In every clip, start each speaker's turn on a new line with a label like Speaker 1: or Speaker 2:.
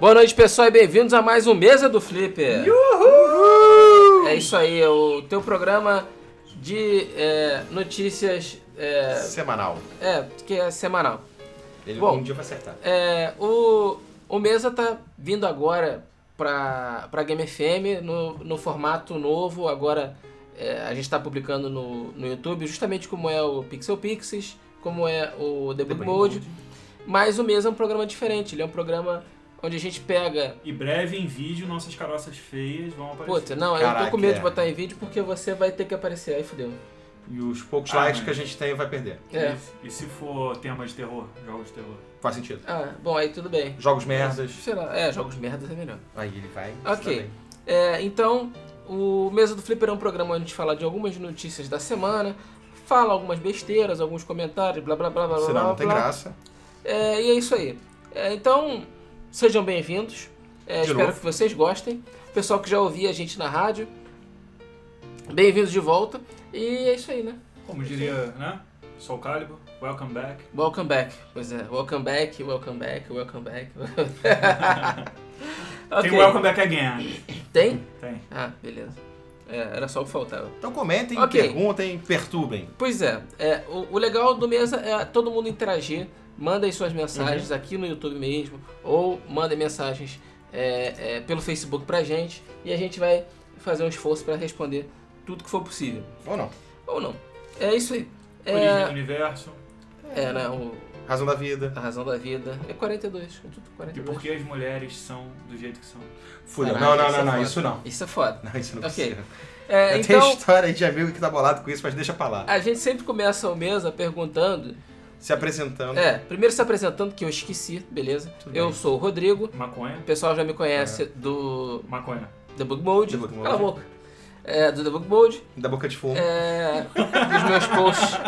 Speaker 1: Boa noite, pessoal, e bem-vindos a mais um Mesa do Flipper. É isso aí, o teu programa de é, notícias é,
Speaker 2: Semanal.
Speaker 1: é, que é semanal.
Speaker 2: Ele
Speaker 1: Bom.
Speaker 2: um dia vai acertar.
Speaker 1: É, o, o Mesa tá vindo agora pra, pra Game FM no, no formato novo. Agora é, a gente tá publicando no, no YouTube, justamente como é o Pixel Pixies, como é o The Book Mode. Mas o Mesa é um programa diferente. Ele é um programa onde a gente pega.
Speaker 3: E breve em vídeo, nossas caroças feias vão aparecer.
Speaker 1: Puta, não, eu tô
Speaker 2: Caraca,
Speaker 1: com medo
Speaker 2: é.
Speaker 1: de botar em vídeo porque você vai ter que aparecer. Aí fudeu.
Speaker 2: E os poucos
Speaker 3: Ah,
Speaker 2: likes
Speaker 3: mas-
Speaker 2: que a gente tem vai perder.
Speaker 1: É.
Speaker 3: E, e se for tema de terror, jogos de terror?
Speaker 2: Faz sentido.
Speaker 1: Ah, bom, aí tudo bem.
Speaker 2: Jogos merdas.
Speaker 1: Sei lá, é, jogos merdas é melhor.
Speaker 2: Aí ele vai.
Speaker 1: Ok. É, então, o Mesa do Flipper é um programa onde a gente fala de algumas notícias da semana, fala algumas besteiras, alguns comentários, blá blá blá blá blá.
Speaker 2: Senão não tem
Speaker 1: blá.
Speaker 2: graça.
Speaker 1: É, e é isso aí. É, então, sejam bem-vindos. É,
Speaker 2: De
Speaker 1: espero
Speaker 2: novo.
Speaker 1: que vocês gostem. Pessoal que já ouvia a gente na rádio, bem-vindos de volta. E é isso aí, né?
Speaker 3: Como diria, né? Soul Calibur, welcome back.
Speaker 1: Welcome back. Pois é, welcome back, welcome back, welcome back. Ok.
Speaker 3: Tem welcome back again.
Speaker 1: Tem?
Speaker 3: Tem.
Speaker 1: Ah, beleza. É, era só o que faltava.
Speaker 2: Então comentem,
Speaker 1: Ok.
Speaker 2: perguntem, perturbem.
Speaker 1: Pois é, é, o, o legal do Mesa é todo mundo interagir. Mandem suas mensagens
Speaker 3: Uhum.
Speaker 1: aqui no YouTube mesmo, ou mandem mensagens é, é, pelo Facebook pra gente, e a gente vai fazer um esforço pra responder tudo que for possível.
Speaker 2: Ou não.
Speaker 1: Ou não. É isso aí.
Speaker 3: Origem
Speaker 1: É,
Speaker 3: do universo.
Speaker 1: é né, o-
Speaker 2: Razão da vida.
Speaker 1: a razão da vida. É 42, é tudo
Speaker 3: E
Speaker 1: 42.
Speaker 3: por que as mulheres são do jeito que são.
Speaker 2: Fudeu.
Speaker 1: Caralho,
Speaker 2: né? Não, não,
Speaker 1: isso é
Speaker 2: não, não.
Speaker 1: foda.
Speaker 2: Isso não.
Speaker 1: Isso é foda.
Speaker 2: Não, isso não
Speaker 1: Ok.
Speaker 2: precisa.
Speaker 1: É,
Speaker 2: Eu tenho
Speaker 1: então,
Speaker 2: história aí de amigo que tá bolado com isso, mas deixa pra lá.
Speaker 1: a gente sempre começa o Mesa perguntando...
Speaker 2: Se apresentando.
Speaker 1: É, primeiro se apresentando, que eu esqueci, beleza?
Speaker 2: Tudo
Speaker 1: eu
Speaker 2: bem.
Speaker 1: sou o Rodrigo.
Speaker 3: Maconha?
Speaker 1: O pessoal já me conhece do
Speaker 3: Maconha.
Speaker 1: Debug Mode.
Speaker 2: Debug Mode.
Speaker 1: Cala a boca. É, do Debug Mode.
Speaker 2: Da boca de fumo.
Speaker 1: É, dos meus posts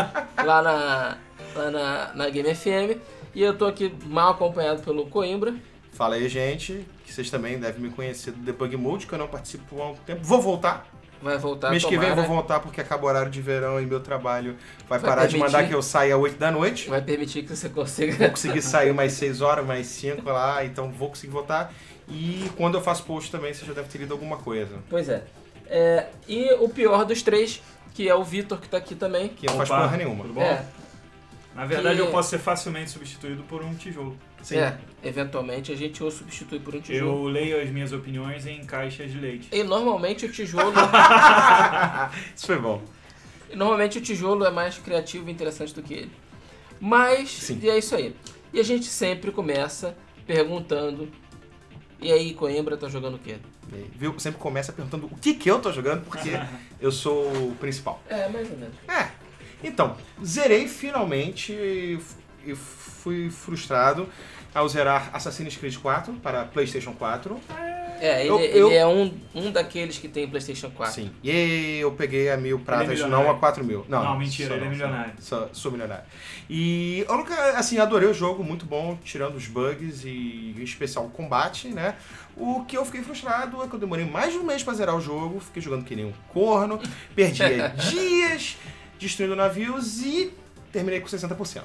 Speaker 1: lá na, lá na, na Game FM. E eu tô aqui mal acompanhado pelo Coimbra.
Speaker 2: Fala aí, gente, que vocês também devem me conhecer do Debug Mode, que eu não participo há um tempo. Vou voltar.
Speaker 1: Vai voltar
Speaker 2: Mês
Speaker 1: a
Speaker 2: que vem eu
Speaker 1: Tá, tomara.
Speaker 2: vou voltar porque acaba o horário de verão e meu trabalho vai,
Speaker 1: Vai
Speaker 2: parar de
Speaker 1: permitir.
Speaker 2: mandar que eu saia às 8 da noite.
Speaker 1: Vai permitir que você
Speaker 2: Vou
Speaker 1: consiga.
Speaker 2: conseguir sair mais 6 horas, mais 5 lá, então vou conseguir voltar. E quando eu faço post também, você já deve ter lido alguma coisa.
Speaker 1: Pois é. É, E o pior dos três, que é o Vitor, que tá aqui também.
Speaker 2: Que eu não faz
Speaker 3: Opa,
Speaker 2: porra nenhuma.
Speaker 3: Tudo bom?
Speaker 1: É,
Speaker 3: Na verdade,
Speaker 1: Que-
Speaker 3: eu posso ser facilmente substituído por um tijolo.
Speaker 2: Sim.
Speaker 1: é, eventualmente a gente ou substitui por um tijolo.
Speaker 3: Eu leio as minhas opiniões em caixas de leite.
Speaker 1: E normalmente o tijolo.
Speaker 2: Isso foi bom.
Speaker 1: E, Normalmente o tijolo é mais criativo e interessante do que ele. Mas,
Speaker 2: Sim.
Speaker 1: e é isso aí. E a gente sempre começa perguntando: e aí, Coimbra tá jogando o quê?
Speaker 2: E, Viu? Sempre começa perguntando o que que eu tô jogando, porque eu sou o principal.
Speaker 1: É, mais ou menos.
Speaker 2: É. Então, zerei finalmente e f- e fui frustrado ao zerar Assassin's Creed 4 para PlayStation 4.
Speaker 1: É, ele,
Speaker 2: Eu- eu-
Speaker 1: ele é um, um daqueles que tem PlayStation 4.
Speaker 2: Sim. E aí eu peguei a mil pratas,
Speaker 3: é milionário.
Speaker 2: não a quatro mil. Não,
Speaker 3: Não, mentira,
Speaker 2: sou
Speaker 3: ele é
Speaker 2: não, sou
Speaker 3: milionário.
Speaker 2: não. Sou, sou milionário. E eu nunca, assim, adorei o jogo, muito bom, tirando os bugs e em especial o combate, né? O que eu fiquei frustrado é que eu demorei mais de um mês pra zerar o jogo, fiquei jogando que nem um corno, perdia dias destruindo navios e terminei com 60%.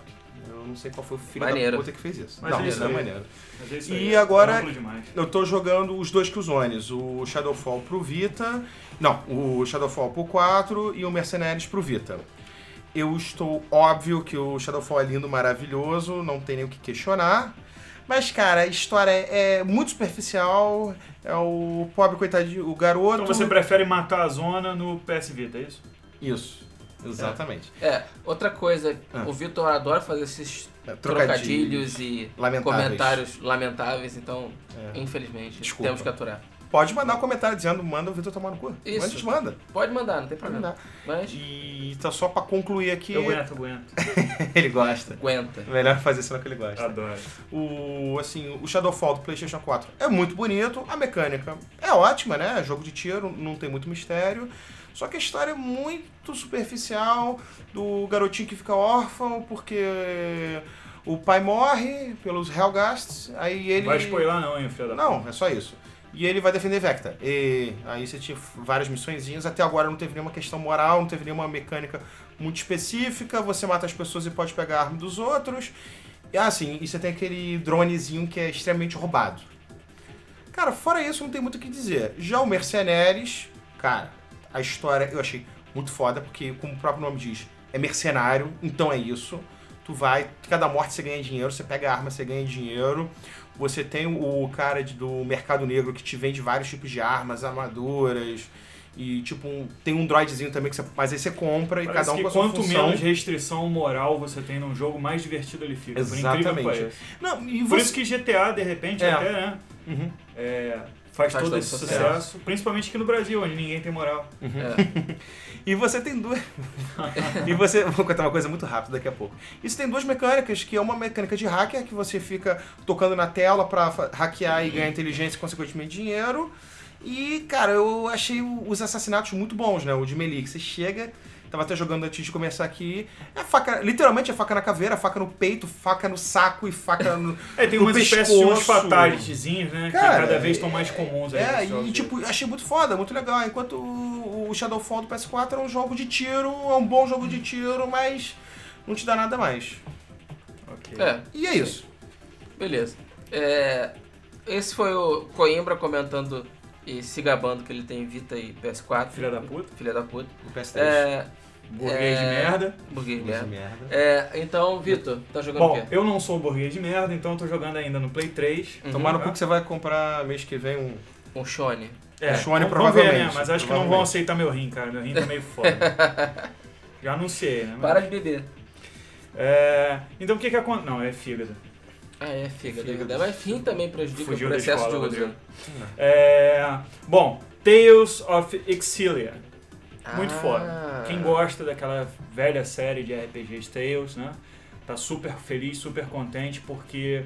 Speaker 2: Eu não sei qual foi o filho
Speaker 1: Maneiro.
Speaker 2: da puta que fez isso.
Speaker 3: Mas
Speaker 2: não,
Speaker 3: é isso
Speaker 2: não é
Speaker 3: aí.
Speaker 2: maneiro.
Speaker 3: Mas é isso
Speaker 2: E
Speaker 3: aí,
Speaker 2: agora-
Speaker 3: é amplo demais.
Speaker 2: Eu tô jogando os dois Killzones, o Shadowfall pro Vita, não, o Shadowfall pro 4 e o Mercenaries pro Vita. Eu estou óbvio que o Shadowfall é lindo, maravilhoso, não tem nem o que questionar. Mas, cara, a história é, é muito superficial, é o pobre coitadinho, o garoto...
Speaker 3: Então você prefere matar a zona no PS Vita, é isso?
Speaker 2: Isso, exatamente.
Speaker 1: É, outra coisa,
Speaker 2: Ah.
Speaker 1: o Vitor adora fazer esses
Speaker 2: É,
Speaker 1: trocadilhos, e
Speaker 2: lamentáveis.
Speaker 1: comentários lamentáveis, então,
Speaker 2: É.
Speaker 1: infelizmente,
Speaker 2: Desculpa.
Speaker 1: temos que aturar.
Speaker 2: Pode mandar um comentário dizendo, manda o Vitor tomar no cu.
Speaker 1: Isso. Tá
Speaker 2: Mas a gente manda,
Speaker 1: Pode mandar, não tem
Speaker 2: pode
Speaker 1: problema.
Speaker 2: mandar.
Speaker 1: Mas
Speaker 2: E então, só pra concluir aqui...
Speaker 3: Eu aguento, aguento.
Speaker 2: Ele gosta.
Speaker 1: aguenta.
Speaker 2: Melhor fazer senão que ele gosta.
Speaker 3: Adoro.
Speaker 2: O, assim, o Shadowfall do PlayStation 4 é muito bonito, a mecânica é ótima, né? Jogo de tiro, não tem muito mistério. Só que a história é muito superficial do garotinho que fica órfão porque o pai morre pelos Hellgasts, aí ele
Speaker 3: Vai spoiler não, hein, filho da
Speaker 2: Não, é só isso. E ele vai defender Vecta. E aí você tinha várias missõezinhas. Até agora não teve nenhuma questão moral, não teve nenhuma mecânica muito específica. Você mata as pessoas e pode pegar a arma dos outros. E ah, sim, e você tem aquele dronezinho que é extremamente roubado. Cara, fora isso, não tem muito o que dizer. Já o Mercenaries, cara, a história eu achei muito foda, porque, como o próprio nome diz, é mercenário, então é isso. Tu vai, cada morte você ganha dinheiro, você pega a arma, você ganha dinheiro. Você tem o cara de- do mercado negro que te vende vários tipos de armas, armaduras. E, tipo, um- tem um droidzinho também que você. Mas aí você compra e
Speaker 3: Parece
Speaker 2: cada um
Speaker 3: que
Speaker 2: com a sua
Speaker 3: quanto
Speaker 2: função.
Speaker 3: menos restrição moral você tem num jogo, mais divertido ele fica. Por incrível que
Speaker 2: Exatamente.
Speaker 3: pareça.
Speaker 2: Não, e
Speaker 3: Por
Speaker 2: você.
Speaker 3: isso que GTA, de repente,
Speaker 2: É.
Speaker 3: até, né?
Speaker 2: Uhum.
Speaker 3: é, faz, todo esse sucesso. Principalmente aqui no Brasil, onde ninguém tem moral.
Speaker 1: É.
Speaker 2: E você tem duas. e você. Vou contar uma coisa muito rápida daqui a pouco. Isso tem duas mecânicas, que é uma mecânica de hacker, que você fica tocando na tela pra fa- hackear e ganhar inteligência e, consequentemente, dinheiro. E, cara, eu achei o- os assassinatos muito bons, né? O de Melik. Você chega. Tava até jogando antes de começar aqui. É faca, literalmente é faca na caveira, faca no peito, faca no saco e faca no.
Speaker 3: É, tem
Speaker 2: No
Speaker 3: umas espécies de
Speaker 2: pescoço.
Speaker 3: uns fatalityzinhos, né?
Speaker 2: Cara,
Speaker 3: que cada vez estão mais comuns aí.
Speaker 2: É,
Speaker 3: nesses jogos
Speaker 2: e
Speaker 3: de-
Speaker 2: tipo, eu achei muito foda, muito legal. Enquanto o o Shadowfall do PS4 é um jogo de tiro, é um bom jogo de tiro, mas não te dá nada mais.
Speaker 3: Ok.
Speaker 1: É,
Speaker 2: E é isso.
Speaker 1: beleza. É, esse foi o Coimbra comentando e se gabando que ele tem Vita e PS4.
Speaker 3: Filha da puta.
Speaker 1: Filha da puta.
Speaker 2: O PS3.
Speaker 1: É,
Speaker 3: Burguês de
Speaker 1: É.
Speaker 3: merda.
Speaker 1: burguês,
Speaker 2: Coisa de
Speaker 1: né?
Speaker 2: merda.
Speaker 1: É, então, Vitor, tá jogando
Speaker 3: Bom,
Speaker 1: o quê?
Speaker 3: eu não sou burguês de merda, então eu tô jogando ainda no Play 3.
Speaker 1: Uhum.
Speaker 2: Tomar no cu que você vai comprar mês que vem um.
Speaker 1: Um Shone.
Speaker 3: É,
Speaker 2: O Shone
Speaker 3: vamos- vamos ver,
Speaker 2: provavelmente,
Speaker 3: né? Mas acho que não vão
Speaker 2: provavelmente.
Speaker 3: aceitar meu rim, cara. Meu rim tá meio foda. Já anunciei, né? Mas-
Speaker 1: Para de beber.
Speaker 3: É, então o que que acontece? Não, é fígado.
Speaker 1: Ah, é, fígado.
Speaker 2: Fígado.
Speaker 1: fígado. Mas fim também prejudica
Speaker 3: Fugiu
Speaker 1: o
Speaker 3: da
Speaker 1: processo
Speaker 3: escola,
Speaker 1: de uso.
Speaker 3: Rodrigo. É, bom, Tales of Exilia. Muito
Speaker 1: Ah.
Speaker 3: foda. Quem gosta daquela velha série de RPGs Tales, né? Tá super feliz, super contente, porque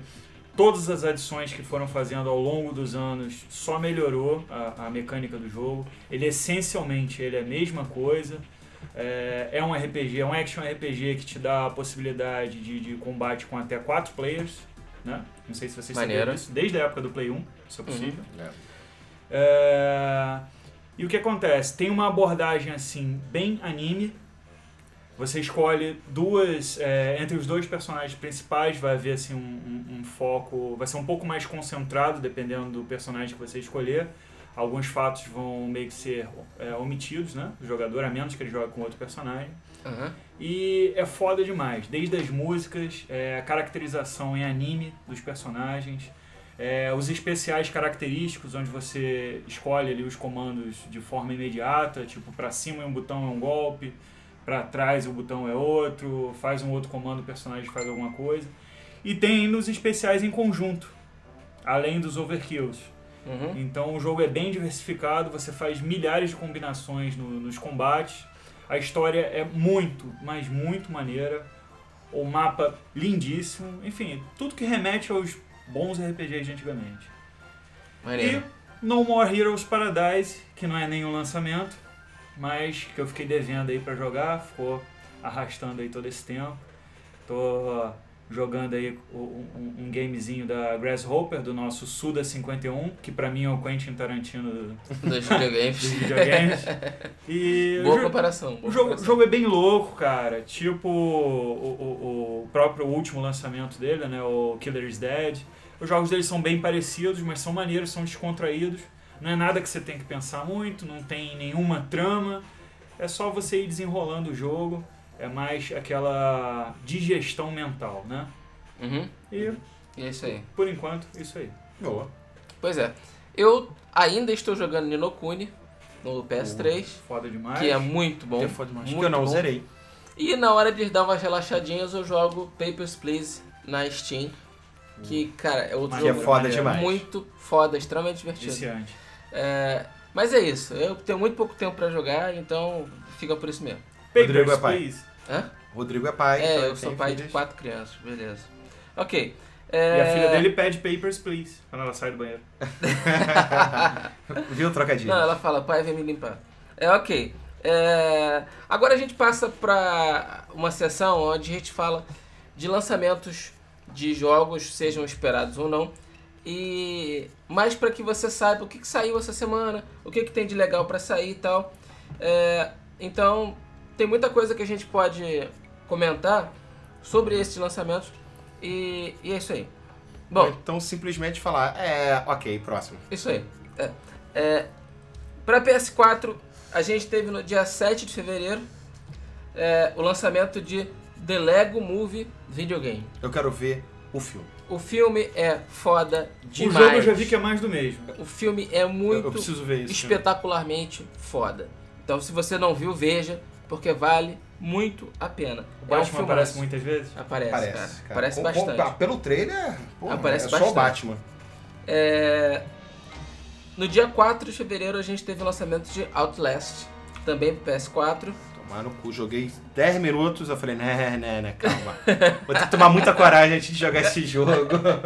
Speaker 3: todas as adições que foram fazendo ao longo dos anos só melhorou a, a mecânica do jogo. Ele essencialmente ele é a mesma coisa. É, é um RPG, é um action RPG que te dá a possibilidade de, de combate com até quatro players, né? Não sei se vocês
Speaker 1: Maneiro. Uhum.
Speaker 3: sabiam disso, desde a época do Play 1, se é possível.
Speaker 2: É.
Speaker 3: É, E o que acontece? Tem uma abordagem assim, bem anime. Você escolhe duas. é, entre os dois personagens principais vai haver assim, um, um- um foco. Vai ser um pouco mais concentrado, dependendo do personagem que você escolher. Alguns fatos vão meio que ser é, omitidos, né? Do jogador, a menos que ele jogue com outro personagem.
Speaker 1: Aham.
Speaker 3: E é foda demais, desde as músicas, é, a caracterização em anime dos personagens, é, os especiais característicos, onde você escolhe ali os comandos de forma imediata, tipo pra cima é um botão é um golpe, pra trás o botão é outro, faz um outro comando, o personagem faz alguma coisa. E tem nos especiais em conjunto, além dos overkills.
Speaker 1: Uhum.
Speaker 3: Então o jogo é bem diversificado, você faz milhares de combinações no- nos combates. A história é muito, mas muito maneira. O mapa lindíssimo. Enfim, tudo que remete aos bons RPGs de antigamente.
Speaker 1: Maneiro.
Speaker 3: E No More Heroes Paradise, que não é nenhum lançamento, mas que eu fiquei devendo aí pra jogar, ficou arrastando aí todo esse tempo. Tô jogando aí o- um, um gamezinho da Grasshopper, do nosso Suda51, que pra mim é o Quentin Tarantino
Speaker 1: Dos videogames.
Speaker 3: dos videogames. E o
Speaker 1: Boa
Speaker 3: jo-
Speaker 1: comparação. boa
Speaker 3: o jogo, o
Speaker 1: comparação.
Speaker 3: jogo é bem louco, cara. Tipo o, o- o próprio último lançamento dele, né? O Killer is Dead. Os jogos dele são bem parecidos, mas são maneiros, são descontraídos. Não é nada que você tem que pensar muito, não tem nenhuma trama. É só você ir desenrolando o jogo. É mais aquela digestão mental, né?
Speaker 1: Uhum.
Speaker 3: E,
Speaker 1: E é isso aí.
Speaker 3: por enquanto, isso aí.
Speaker 2: Boa.
Speaker 1: Pois é. Eu ainda estou jogando Ninokuni no PS3,
Speaker 3: Foda demais.
Speaker 1: que é muito bom.
Speaker 2: Que foda demais.
Speaker 1: muito
Speaker 2: Que eu não
Speaker 1: bom.
Speaker 2: zerei.
Speaker 1: E na hora de dar umas relaxadinhas, eu jogo Papers, Please na Steam. Que, cara, é outro
Speaker 2: Que é
Speaker 1: jogo
Speaker 3: Maneiro,
Speaker 2: foda
Speaker 3: maneiro.
Speaker 2: demais.
Speaker 1: muito foda, extremamente divertido.
Speaker 3: Viciante.
Speaker 1: É, mas é isso, eu tenho muito pouco tempo pra jogar, então fica por isso mesmo.
Speaker 2: Rodrigo
Speaker 3: Papers,
Speaker 2: é pai.
Speaker 3: please.
Speaker 1: Hã?
Speaker 2: Rodrigo é pai. então
Speaker 1: É, eu
Speaker 2: ele
Speaker 1: sou
Speaker 2: tem
Speaker 1: pai de
Speaker 2: filhas.
Speaker 1: quatro crianças, beleza. Ok.
Speaker 3: E a
Speaker 1: é,
Speaker 3: filha dele pede papers, please, quando ela sai do banheiro.
Speaker 2: Viu o trocadilho?
Speaker 1: Não, ela fala, pai, vem me limpar. É ok. É, Agora a gente passa pra uma sessão onde a gente fala de lançamentos de jogos, sejam esperados ou não. E mais para que você saiba o que, que saiu essa semana, o que, que tem de legal para sair e tal. É, Então tem muita coisa que a gente pode comentar sobre esses lançamentos. E, e é isso aí.
Speaker 2: Ou
Speaker 1: Bom,
Speaker 2: então simplesmente falar, é, ok, próximo.
Speaker 1: isso aí. É, é, pra PS4, a gente teve no dia 7 de fevereiro é, o lançamento de The Lego Movie Videogame.
Speaker 2: Eu quero ver o filme.
Speaker 1: O filme é foda demais.
Speaker 3: O jogo eu já vi que é mais do mesmo.
Speaker 1: O filme é
Speaker 2: Eu-
Speaker 1: muito
Speaker 2: eu preciso ver isso. né?
Speaker 1: espetacularmente foda. Então, se você não viu, veja, porque vale muito a pena. É
Speaker 3: O
Speaker 1: um
Speaker 3: Batman
Speaker 1: filmaço.
Speaker 3: aparece muitas vezes.
Speaker 1: Aparece,
Speaker 2: Parece,
Speaker 1: cara.
Speaker 2: cara.
Speaker 1: Aparece
Speaker 2: Com- com-
Speaker 1: bastante.
Speaker 2: ah, pelo trailer, porra,
Speaker 1: Aparece
Speaker 2: é só o
Speaker 1: bastante.
Speaker 2: Batman.
Speaker 1: É, No dia 4 de fevereiro, a gente teve o lançamento de Outlast, também pro PS4.
Speaker 2: Tomar no cu, joguei 10 minutos, eu falei, né, né, né, calma. Vou ter que tomar muita coragem antes de jogar esse jogo.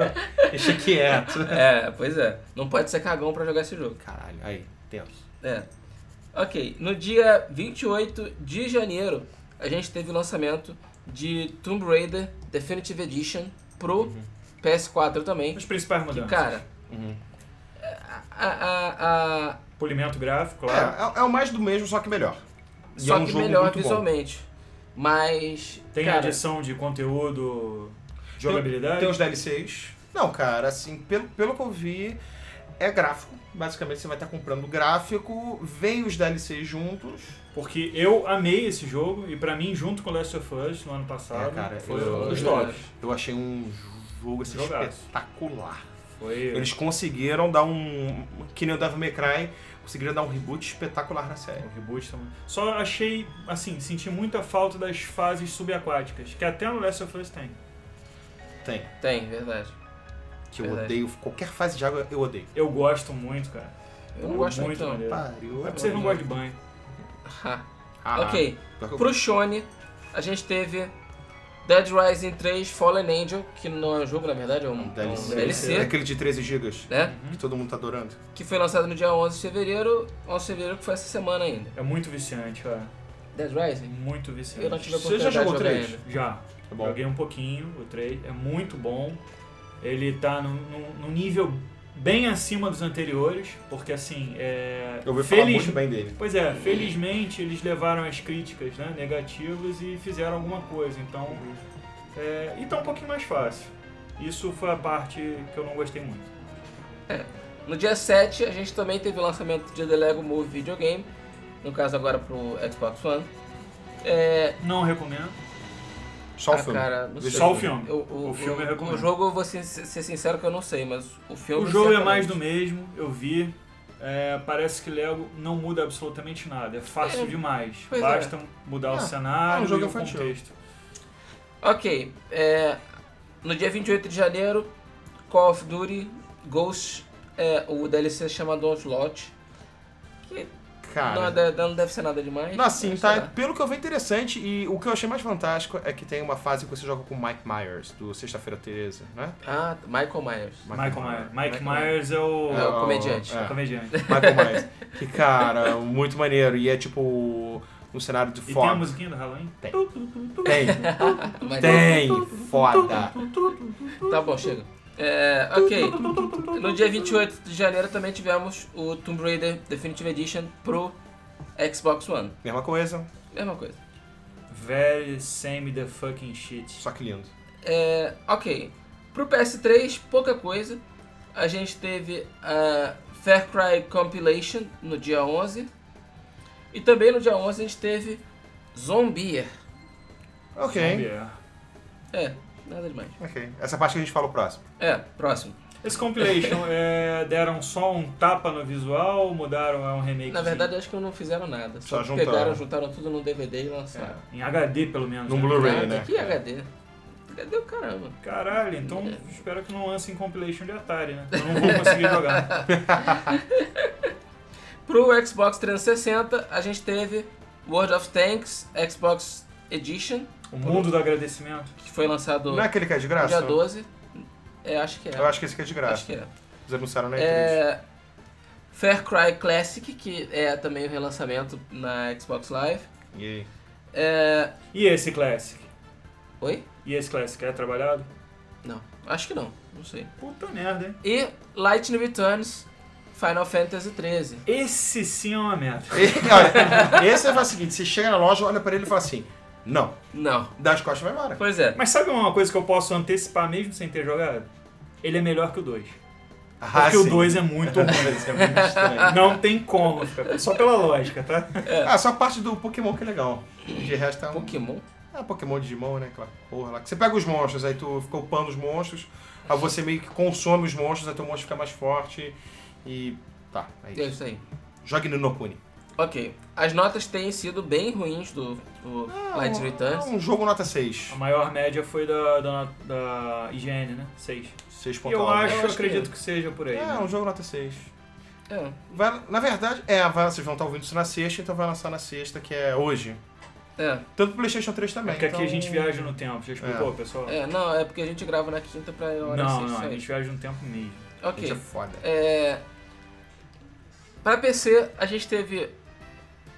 Speaker 2: Deixa quieto.
Speaker 1: É, pois é. Não pode ser cagão pra jogar esse jogo.
Speaker 2: Caralho, aí, tenso.
Speaker 1: É. Ok, no dia 28 de janeiro, a gente teve o lançamento de Tomb Raider Definitive Edition pro PS4 também.
Speaker 3: As principais
Speaker 1: Que,
Speaker 3: mudanças.
Speaker 1: cara,
Speaker 2: Uhum.
Speaker 1: a, a, a-
Speaker 3: Polimento gráfico,
Speaker 2: É,
Speaker 3: claro.
Speaker 2: é- é o mais do mesmo, só que melhor. E
Speaker 1: só
Speaker 2: é um
Speaker 1: que
Speaker 2: jogo
Speaker 1: melhor
Speaker 2: muito bom.
Speaker 1: visualmente. Mas.
Speaker 3: Tem
Speaker 1: cara,
Speaker 3: adição de conteúdo, jogabilidade.
Speaker 2: Tem os DLCs. Não, cara, assim, pelo, pelo que eu vi, é gráfico. Basicamente, você vai estar comprando o gráfico, vem os DLCs juntos.
Speaker 3: Porque eu amei esse jogo e pra mim, junto com Last of Us no ano passado,
Speaker 2: É, cara,
Speaker 3: foi
Speaker 2: eu-
Speaker 3: um dos
Speaker 1: eu-
Speaker 3: tops.
Speaker 2: Eu achei um jogo assim,
Speaker 3: Jogaço.
Speaker 2: espetacular.
Speaker 3: Foi...
Speaker 2: Eles conseguiram dar um. Que nem o Devil May Cry, conseguiram dar um reboot espetacular na série.
Speaker 3: O reboot também. Só achei, assim, senti muita falta das fases subaquáticas, que até no Last of Us tem.
Speaker 2: Tem.
Speaker 1: Tem, verdade.
Speaker 2: Que eu
Speaker 1: Verdade.
Speaker 2: odeio. Qualquer fase de água eu odeio.
Speaker 3: Eu gosto muito, cara.
Speaker 1: Eu não gosto muito,
Speaker 3: muito
Speaker 1: não.
Speaker 3: maneiro.
Speaker 2: Pariu.
Speaker 3: É porque vocês não gostam de banho.
Speaker 1: Ha.
Speaker 2: Ah,
Speaker 1: ok.
Speaker 2: pior que eu
Speaker 1: Pro Shone, a gente teve Dead Rising 3 Fallen Angel, que não é um jogo, na verdade, é um,
Speaker 2: Um
Speaker 1: é um
Speaker 2: DLC.
Speaker 1: DLC,
Speaker 2: É aquele de 13 gigas
Speaker 1: né?
Speaker 2: que todo mundo tá adorando.
Speaker 1: Que foi lançado no dia 11 de fevereiro, 11 de fevereiro que foi essa semana ainda.
Speaker 3: É muito viciante, cara. É
Speaker 1: Dead Rising?
Speaker 3: Muito
Speaker 1: Eu não
Speaker 3: viciante.
Speaker 1: tive a
Speaker 2: Você
Speaker 1: oportunidade
Speaker 2: já jogou
Speaker 1: de jogar
Speaker 2: três?
Speaker 1: ainda.
Speaker 3: Já.
Speaker 2: Tá bom.
Speaker 3: Joguei um pouquinho o 3. É muito bom. Ele tá num, num- num nível bem acima dos anteriores, porque assim, é...
Speaker 2: Eu ouvi falar
Speaker 3: feliz...
Speaker 2: muito bem dele.
Speaker 3: Pois é, felizmente eles levaram as críticas né, negativas e fizeram alguma coisa, então... É... E tá um pouquinho mais fácil. Isso foi a parte que eu não gostei muito.
Speaker 1: No dia 7, a gente também teve o lançamento de The Lego Movie Videogame, no caso agora pro Xbox One. É,
Speaker 3: Não recomendo.
Speaker 2: Só o
Speaker 1: ah,
Speaker 2: filme.
Speaker 1: cara, não
Speaker 2: Vê
Speaker 1: sei.
Speaker 2: se
Speaker 3: Só o filme.
Speaker 1: Eu- o,
Speaker 3: O filme eu
Speaker 1: o,
Speaker 3: recomendo.
Speaker 1: o jogo, eu vou ser, ser sincero que eu não sei, mas o filme...
Speaker 3: O jogo é
Speaker 1: certamente.
Speaker 3: mais do mesmo, eu vi. É, parece que Lego não muda absolutamente nada. É fácil
Speaker 1: É, Ah,
Speaker 3: demais.
Speaker 1: pois
Speaker 3: Basta mudar
Speaker 2: É,
Speaker 3: o cenário
Speaker 2: é um jogo
Speaker 3: e o
Speaker 2: infantil.
Speaker 3: contexto.
Speaker 1: Ok, é, no dia 28 de janeiro, Call of Duty Ghost, é, o DLC chamado Onslaught, que não, é
Speaker 2: Cara.
Speaker 1: de- não deve ser nada demais.
Speaker 2: Não, assim,
Speaker 1: mas
Speaker 2: tá,
Speaker 1: será.
Speaker 2: pelo que eu vi é interessante, e o que eu achei mais fantástico é que tem uma fase que você joga com o Mike Myers, do Sexta-feira 13, né?
Speaker 1: Ah, Michael Myers.
Speaker 3: Michael Myers. Mike
Speaker 1: Michael
Speaker 3: Myers é o,
Speaker 1: É o comediante.
Speaker 2: é.
Speaker 3: comediante.
Speaker 2: Michael Myers. Que, cara, muito maneiro. E é tipo um cenário de
Speaker 3: E tem a
Speaker 2: foda.
Speaker 3: musiquinha do Halloween?
Speaker 2: Tem.
Speaker 3: Tu, tu, tu, tu.
Speaker 2: Tem,
Speaker 1: Michael-
Speaker 2: tem, foda.
Speaker 1: Tá bom, chega. É, ok, no dia 28 de janeiro também tivemos o Tomb Raider Definitive Edition pro Xbox One.
Speaker 2: Mesma coisa,
Speaker 1: Mesma coisa.
Speaker 3: Very same the fucking shit.
Speaker 2: só que lindo.
Speaker 1: É, ok. Pro PS3, pouca coisa. A gente teve a Far Cry Compilation no dia 11. E também no dia 11 a gente teve Zombie.
Speaker 2: Ok,
Speaker 3: Zombie.
Speaker 1: É, nada demais.
Speaker 2: ok. Essa parte que a gente fala o próximo.
Speaker 1: É, próximo.
Speaker 3: Esse compilation é, deram só um tapa no visual ou mudaram? É um remake?
Speaker 1: Na verdade, acho que não fizeram nada. Só,
Speaker 2: Só
Speaker 1: pegaram,
Speaker 2: juntaram.
Speaker 1: juntaram tudo no DVD e lançaram.
Speaker 3: Em HD, pelo menos.
Speaker 2: Num
Speaker 3: né?
Speaker 2: Blu-ray.
Speaker 1: Nada.
Speaker 2: né?
Speaker 1: Que HD? HD é o caramba.
Speaker 3: Caralho, então
Speaker 1: É.
Speaker 3: espero que não lancem compilation de Atari, né? Eu não vou conseguir jogar.
Speaker 1: Pro Xbox 360, a gente teve World of Tanks Xbox Edition,
Speaker 3: O mundo do agradecimento.
Speaker 1: que foi lançado
Speaker 2: Não é aquele que é de
Speaker 1: no dia
Speaker 2: graça?
Speaker 1: 12. É, acho que é.
Speaker 2: Eu acho que esse que é de
Speaker 1: Acho
Speaker 2: graça.
Speaker 1: que é.
Speaker 2: Eles anunciaram na E3.
Speaker 1: É, Far Cry Classic, que é também o relançamento na Xbox Live.
Speaker 2: E aí?
Speaker 1: É,
Speaker 3: E esse Classic?
Speaker 1: Oi?
Speaker 3: E esse Classic é trabalhado?
Speaker 1: Não, acho que não, não sei.
Speaker 3: Puta merda, hein?
Speaker 1: E Lightning Returns Final Fantasy XIII.
Speaker 3: Esse sim é uma merda.
Speaker 2: E- olha, esse é o seguinte, você chega na loja, olha pra ele e fala assim, não,
Speaker 1: Não.
Speaker 2: dá as costas e vai embora.
Speaker 1: Pois é.
Speaker 3: Mas sabe uma coisa que eu posso antecipar mesmo sem ter jogado? ele é melhor que o 2.
Speaker 2: Ah,
Speaker 3: Porque
Speaker 2: sim.
Speaker 3: o 2 é muito ruim. isso é muito estranho. Não tem como, ficar- só pela lógica, tá?
Speaker 2: Ah, só a parte do Pokémon que é legal. De resto é um...
Speaker 1: Pokémon?
Speaker 2: Ah, Pokémon Digimon, né? Aquela porra lá. Que você pega os monstros, aí tu fica upando os monstros, aí você meio que consome os monstros, até o monstro fica mais forte e... Tá, é
Speaker 1: É
Speaker 2: isso.
Speaker 1: isso aí.
Speaker 2: Jogue no Nokuni.
Speaker 1: Ok. As notas têm sido bem ruins do, do Light
Speaker 2: É
Speaker 1: Returns.
Speaker 2: um jogo nota 6.
Speaker 3: A maior média foi da, da, da IGN, né? 6.
Speaker 2: 6.1.
Speaker 3: Eu acho,
Speaker 1: Eu acho
Speaker 3: acredito
Speaker 1: que-
Speaker 3: que... seja por aí.
Speaker 2: É,
Speaker 3: né?
Speaker 2: um jogo nota 6.
Speaker 1: É.
Speaker 2: Vai- na verdade, é, vai- vocês vão estar ouvindo isso na sexta, então vai lançar na sexta, que é hoje.
Speaker 1: É,
Speaker 2: Tanto pro PlayStation 3
Speaker 3: É
Speaker 2: também.
Speaker 3: porque aqui
Speaker 2: então-
Speaker 3: a gente viaja no tempo, já explicou, pessoal?
Speaker 1: é, não, é porque a gente grava na quinta pra
Speaker 3: Não,
Speaker 1: hora seis, é
Speaker 3: não,
Speaker 1: isso
Speaker 3: a
Speaker 1: aí.
Speaker 3: gente viaja no tempo mesmo.
Speaker 2: A gente é
Speaker 1: Ok.
Speaker 2: foda.
Speaker 1: É... Pra PC, a gente teve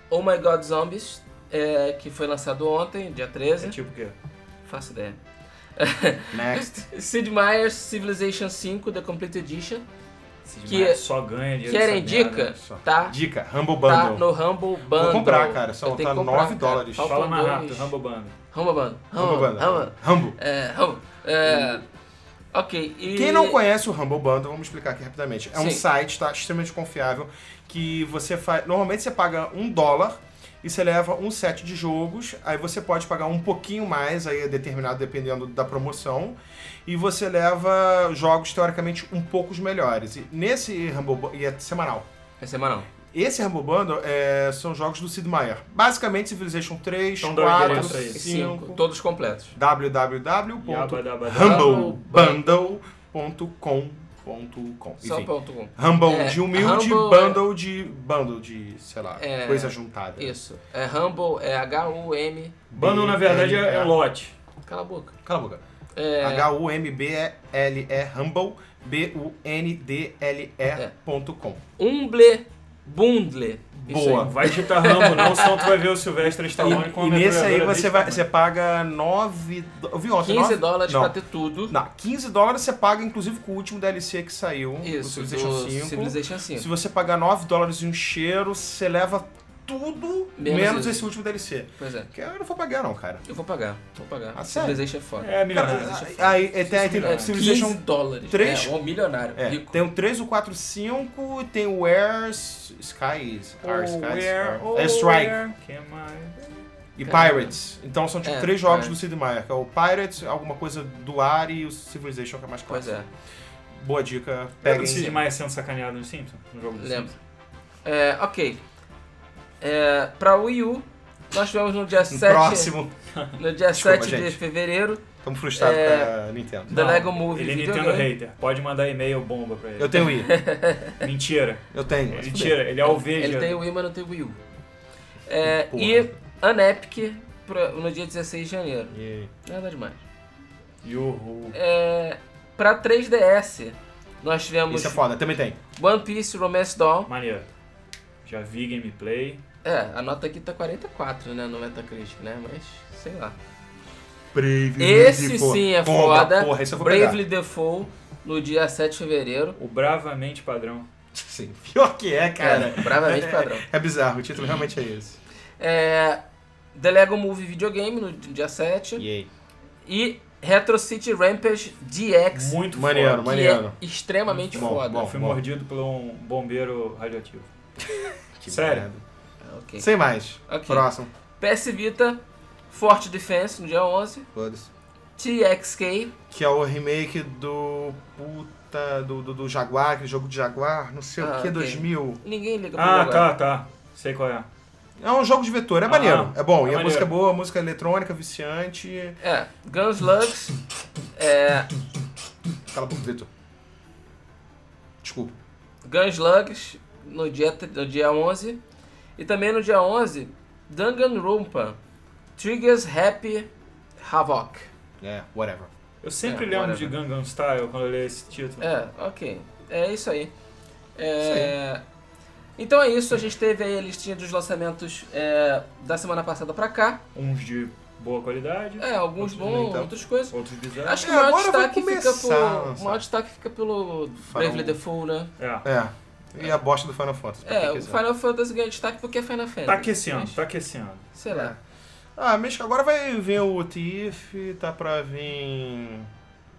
Speaker 1: Oh My God Zombies, é, que foi lançado ontem, dia
Speaker 3: É
Speaker 1: 13.
Speaker 3: tipo o quê?
Speaker 2: É.
Speaker 1: Faço ideia.
Speaker 2: Next.
Speaker 1: Sid Meier's Civilization 5 The Complete Edition.
Speaker 3: Esse
Speaker 1: Que-
Speaker 3: demais só ganha dinheiro.
Speaker 1: Querem
Speaker 3: dessa merda.
Speaker 1: dica?
Speaker 2: só.
Speaker 1: Tá,
Speaker 2: Dica, Humble
Speaker 1: tá
Speaker 2: Bundle.
Speaker 1: no Humble Bundle.
Speaker 2: comprar, cara, só
Speaker 1: Eu tenho que
Speaker 2: tá
Speaker 1: comprar,
Speaker 2: 9
Speaker 1: cara.
Speaker 2: dólares.
Speaker 1: Faltam
Speaker 3: Fala mais
Speaker 1: dois.
Speaker 3: rápido, Humble Band.
Speaker 1: Humble Bundle.
Speaker 2: Humble Bundle.
Speaker 1: Humble.
Speaker 2: Humble.
Speaker 1: É, Humble. É, ok, e...
Speaker 2: Quem não conhece o Humble Bundle, vamos explicar aqui rapidamente. É um
Speaker 1: Sim.
Speaker 2: site, tá? Extremamente confiável, que você faz. Normalmente você paga um dólar e você leva um set de jogos. Aí você pode pagar um pouquinho mais, aí é determinado dependendo da promoção. E você leva jogos teoricamente um pouco melhores. E nesse Humble Bundle. E é semanal.
Speaker 1: É semanal.
Speaker 2: Esse Humble Bundle é, são jogos do Sid Meier. Basicamente, Civilization 3,
Speaker 3: Então dá o
Speaker 2: 4,
Speaker 3: endereço aí.
Speaker 2: 5.
Speaker 1: Cinco, todos completos.
Speaker 2: www.humblebundle.com.br humblebundle.com.com.
Speaker 1: Só
Speaker 2: Enfim,
Speaker 1: ponto um.
Speaker 2: Humble
Speaker 1: É,
Speaker 2: de humilde,
Speaker 1: humble
Speaker 2: bundle de. bundle de, sei lá,
Speaker 1: É,
Speaker 2: coisa juntada.
Speaker 1: Isso. É Humble, é H-U-M...
Speaker 3: Bando, na verdade, é, é lote.
Speaker 1: Cala a boca.
Speaker 2: Cala a boca.
Speaker 1: É,
Speaker 2: H-U-M-B-L-E Humble
Speaker 1: É.
Speaker 2: B-U-N-D-L-E.com.
Speaker 1: Umble Bundle. Isso
Speaker 2: Boa.
Speaker 1: aí.
Speaker 3: Vai digitar Rambo, não, senão tu vai ver o Silvestre
Speaker 1: Tá
Speaker 3: Stallone com
Speaker 2: E,
Speaker 3: a
Speaker 2: e nesse aí
Speaker 3: metralhadora
Speaker 2: você,
Speaker 3: desse
Speaker 2: vai,
Speaker 3: tamanho.
Speaker 2: você paga 9. Eu vi ontem,
Speaker 1: 15
Speaker 2: nove-
Speaker 1: dólares
Speaker 2: não.
Speaker 1: pra ter tudo.
Speaker 2: Não, 15 dólares você paga, inclusive com o último DLC que saiu.
Speaker 1: Isso,
Speaker 2: do Civilization
Speaker 1: do
Speaker 2: 5.
Speaker 1: Civilization 5.
Speaker 2: Se você pagar 9 dólares e um cheiro, você leva tudo menos,
Speaker 1: Menos esse.
Speaker 2: esse último DLC.
Speaker 1: Pois é.
Speaker 2: Que eu não vou pagar, não, cara.
Speaker 1: Eu vou pagar. Vou pagar.
Speaker 2: Ah, sério?
Speaker 1: Civilization é foda.
Speaker 3: É,
Speaker 2: Cara,
Speaker 3: milionário.
Speaker 2: Ah, aí, aí tem, aí tem
Speaker 3: É,
Speaker 2: o
Speaker 1: 15
Speaker 2: Civilization.
Speaker 1: dólares.
Speaker 2: três-
Speaker 1: É, um milionário.
Speaker 2: É,
Speaker 1: rico.
Speaker 2: tem o 3, o 4, 5, tem o Air S- Skies. Air Skies. Air-
Speaker 3: oh,
Speaker 2: Air Strike
Speaker 3: where can my-
Speaker 2: e
Speaker 1: Caramba.
Speaker 2: Pirates. Então são tipo
Speaker 1: É,
Speaker 2: três jogos
Speaker 1: Pirates.
Speaker 2: do Sid Meier, que é o Pirates, alguma coisa do ar e o Civilization, que é mais
Speaker 1: Pois
Speaker 2: clássico.
Speaker 1: é.
Speaker 2: Boa dica.
Speaker 3: Lembra
Speaker 2: Peguem.
Speaker 3: do Sid Meier sendo sacaneado no Simpson? No jogo do
Speaker 1: Lembro. É, ok. É, pra Wii U, nós tivemos no dia
Speaker 2: No
Speaker 1: 7,
Speaker 2: próximo.
Speaker 1: no dia
Speaker 2: Desculpa,
Speaker 1: 7 de
Speaker 2: gente.
Speaker 1: fevereiro,
Speaker 2: Estamos frustrados
Speaker 1: É.
Speaker 2: com a Nintendo.
Speaker 1: The
Speaker 3: Não,
Speaker 1: Lego Movie
Speaker 3: Ele é
Speaker 1: Video
Speaker 3: Nintendo
Speaker 1: Game.
Speaker 3: hater. Pode mandar e-mail bomba pra ele.
Speaker 2: Eu tenho I.
Speaker 3: Mentira.
Speaker 2: Eu tenho. mas fudeu.
Speaker 3: Mentira. Ele é alveja.
Speaker 1: Ele tem o Wii, mas não tem o Wii U. É,
Speaker 2: Porra.
Speaker 1: e Unepic pra- no dia 16 de janeiro.
Speaker 2: E-
Speaker 1: Nada demais.
Speaker 3: Yuhu.
Speaker 1: É, pra 3DS, nós tivemos
Speaker 2: Isso é foda, também tem.
Speaker 1: One Piece Romance Dawn.
Speaker 3: Maneiro. Já vi gameplay.
Speaker 1: É, a nota aqui tá 44, né, no Metacritic, né, mas sei lá.
Speaker 2: Uhum, Bravely
Speaker 1: Esse
Speaker 2: Default.
Speaker 1: sim é
Speaker 2: Compra,
Speaker 1: foda.
Speaker 2: Porra, esse eu vou
Speaker 1: Bravely Default no dia 7 de fevereiro.
Speaker 3: O Bravamente Padrão.
Speaker 2: pegar. Sim, pior que é, cara.
Speaker 1: É, bravamente
Speaker 2: É,
Speaker 1: padrão.
Speaker 2: É, bizarro, o título realmente é esse.
Speaker 1: É, The Lego Movie Videogame no dia 7.
Speaker 2: Yay.
Speaker 1: E Retro City Rampage DX,
Speaker 3: Muito
Speaker 2: Maneiro,
Speaker 3: foda.
Speaker 1: que
Speaker 2: maneiro.
Speaker 1: é extremamente
Speaker 2: Bom,
Speaker 1: foda.
Speaker 2: bom.
Speaker 3: Fui mordido por um bombeiro radioativo. Sério?
Speaker 2: merda.
Speaker 1: Ah, ok.
Speaker 2: Sem mais.
Speaker 1: Ok.
Speaker 2: Próximo.
Speaker 1: PS Vita, Forte Defense no dia 11.
Speaker 2: Foda-se.
Speaker 1: TXK,
Speaker 2: Que é o remake do puta, do, do, do Jaguar, aquele jogo de Jaguar, não sei
Speaker 1: Ah,
Speaker 2: o que,
Speaker 1: ok.
Speaker 2: 2000.
Speaker 1: ninguém liga pra
Speaker 3: Ah,
Speaker 1: jogar.
Speaker 3: tá, tá. Sei qual é.
Speaker 2: É um jogo de vetor, é maneiro,
Speaker 1: Ah,
Speaker 2: é bom. e
Speaker 3: é
Speaker 2: a
Speaker 3: maneiro.
Speaker 2: música é boa, a música é eletrônica, viciante.
Speaker 1: É, Guns Lux, é,
Speaker 2: Cala a boca, vetor. Desculpa.
Speaker 1: Gunslugs no dia, no dia 11. E também no dia 11, Danganronpa, Triggers Happy Havoc.
Speaker 2: É, whatever.
Speaker 3: Eu sempre
Speaker 1: É,
Speaker 3: lembro
Speaker 1: whatever.
Speaker 3: de Gangnam Style quando eu leio esse título.
Speaker 1: É, ok. É isso aí. É, Então é isso, a gente teve aí a listinha dos lançamentos é, da semana passada pra cá.
Speaker 3: Uns de boa qualidade,
Speaker 1: É, alguns
Speaker 3: Outros
Speaker 1: bons,
Speaker 2: então.
Speaker 1: outras coisas.
Speaker 3: outros bizarros.
Speaker 1: Acho que
Speaker 2: É,
Speaker 1: o maior
Speaker 2: agora vai
Speaker 1: destaque, fica
Speaker 2: começar a
Speaker 1: por,
Speaker 2: lançar.
Speaker 1: o maior destaque fica pelo Bravely
Speaker 2: Farol.
Speaker 1: Default, né?
Speaker 3: É.
Speaker 2: É. E a bosta do Final Fantasy. pra
Speaker 1: É,
Speaker 2: quem
Speaker 1: o
Speaker 2: quiser.
Speaker 1: Final Fantasy ganha destaque porque é Final Fantasy.
Speaker 3: Tá aquecendo,
Speaker 1: mas,
Speaker 3: tá aquecendo.
Speaker 1: Sei lá.
Speaker 2: Ah, mas agora vai vir o Tiff, tá pra vir.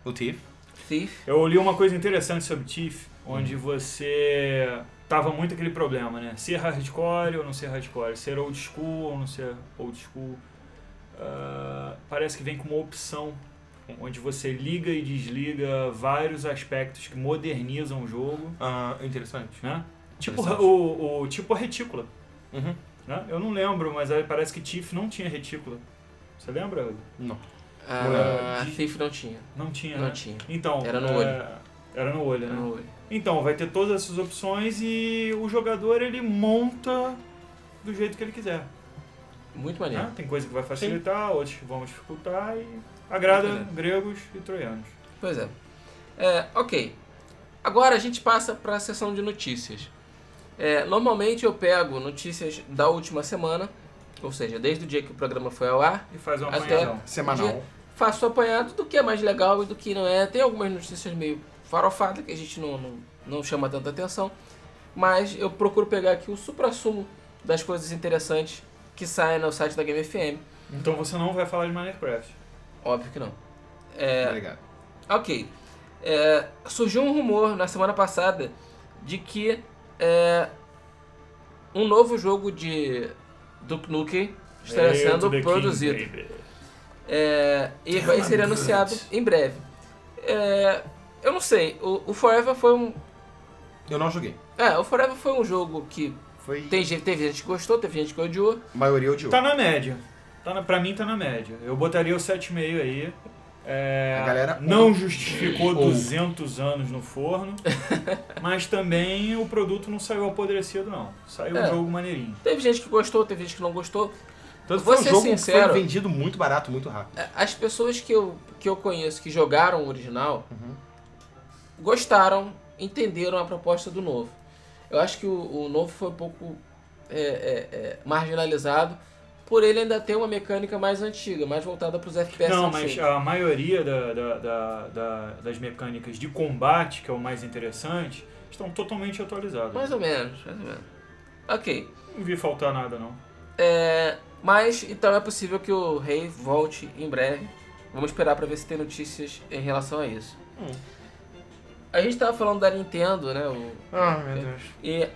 Speaker 2: O Tiff.
Speaker 1: Thief.
Speaker 3: Eu li uma coisa interessante sobre Tiff,
Speaker 1: Hum.
Speaker 3: onde você tava muito aquele problema, né? Ser hardcore ou não ser hardcore, ser old school ou não ser old school. Ah, parece que vem com uma opção onde você liga e desliga vários aspectos que modernizam o jogo,
Speaker 2: Ah, interessante.
Speaker 3: né? Tipo
Speaker 2: Interessante.
Speaker 3: o, o tipo a retícula,
Speaker 2: Uhum.
Speaker 3: né? Eu não lembro, mas aí parece que Tiff não tinha retícula. Você lembra?
Speaker 2: Não.
Speaker 1: Ah,
Speaker 3: de-
Speaker 1: Thief não tinha.
Speaker 3: Não tinha,
Speaker 1: Não
Speaker 3: né?
Speaker 1: tinha.
Speaker 3: Então,
Speaker 1: Era no
Speaker 3: é,
Speaker 1: olho.
Speaker 3: Era no olho, né?
Speaker 1: Não olho.
Speaker 3: Então, vai ter todas essas opções e o jogador ele monta do jeito que ele quiser.
Speaker 1: Muito
Speaker 3: né?
Speaker 1: maneiro.
Speaker 3: Tem coisa que vai facilitar, outras que vão dificultar e agrada
Speaker 1: Muito
Speaker 3: gregos e troianos.
Speaker 1: Pois é. É, ok. Agora a gente passa para a sessão de notícias. É, normalmente eu pego notícias da última semana, ou seja, desde o dia que o programa foi ao ar,
Speaker 3: E faz uma
Speaker 1: Até-
Speaker 3: apanhadão.
Speaker 2: Semanal.
Speaker 1: faço apanhado do que é mais legal e do que não é. Tem algumas notícias meio farofadas que a gente não, não, não chama tanta atenção, mas eu procuro pegar aqui o supra-sumo das coisas interessantes que saem no site da Game FM.
Speaker 3: Então você não vai falar de Minecraft.
Speaker 1: Óbvio que não.
Speaker 2: Obrigado.
Speaker 1: Ok. É, surgiu um rumor na semana passada de que é, um novo jogo de Duke Nukem estaria
Speaker 3: Hail to
Speaker 1: sendo
Speaker 3: the king,
Speaker 1: produzido.
Speaker 3: baby.
Speaker 1: É, e vai ser anunciado em breve. É, eu não sei, o, o Forever foi um.
Speaker 2: Eu não joguei.
Speaker 1: É, o Forever foi um jogo que
Speaker 2: Foi
Speaker 1: tem, gente- teve gente que gostou, teve gente que odiou.
Speaker 2: a maioria odiou.
Speaker 3: Tá na média. Tá na, pra mim tá na média. Eu botaria o 7,5 aí. É,
Speaker 2: A galera-
Speaker 3: não justificou
Speaker 2: Ou.
Speaker 3: 200 anos no forno, mas também o produto não saiu apodrecido, não. Saiu
Speaker 1: É.
Speaker 3: um jogo maneirinho.
Speaker 1: Teve gente que gostou, teve gente que não gostou.
Speaker 2: Tanto
Speaker 1: Vou
Speaker 2: foi um
Speaker 1: ser
Speaker 2: jogo que
Speaker 1: sincero.
Speaker 2: foi vendido muito barato, muito rápido.
Speaker 1: As pessoas que eu, que eu conheço que jogaram o original gostaram, entenderam a proposta do novo. Eu acho que o, o novo foi um pouco é, é, é, marginalizado por ele ainda ter uma mecânica mais antiga, mais voltada para os FPS.
Speaker 3: Não,
Speaker 1: antigos.
Speaker 3: mas a maioria da- da- da- da- das mecânicas de combate, que é o mais interessante, estão totalmente atualizadas.
Speaker 1: Mais ou menos, mais ou menos. Ok.
Speaker 3: Não vi faltar nada, não.
Speaker 1: É, mas então é possível que o rei volte em breve. Vamos esperar para ver se tem notícias em relação a isso.
Speaker 2: Hum.
Speaker 1: A gente tava falando da Nintendo, né? o-
Speaker 2: Ah, meu Deus.
Speaker 1: e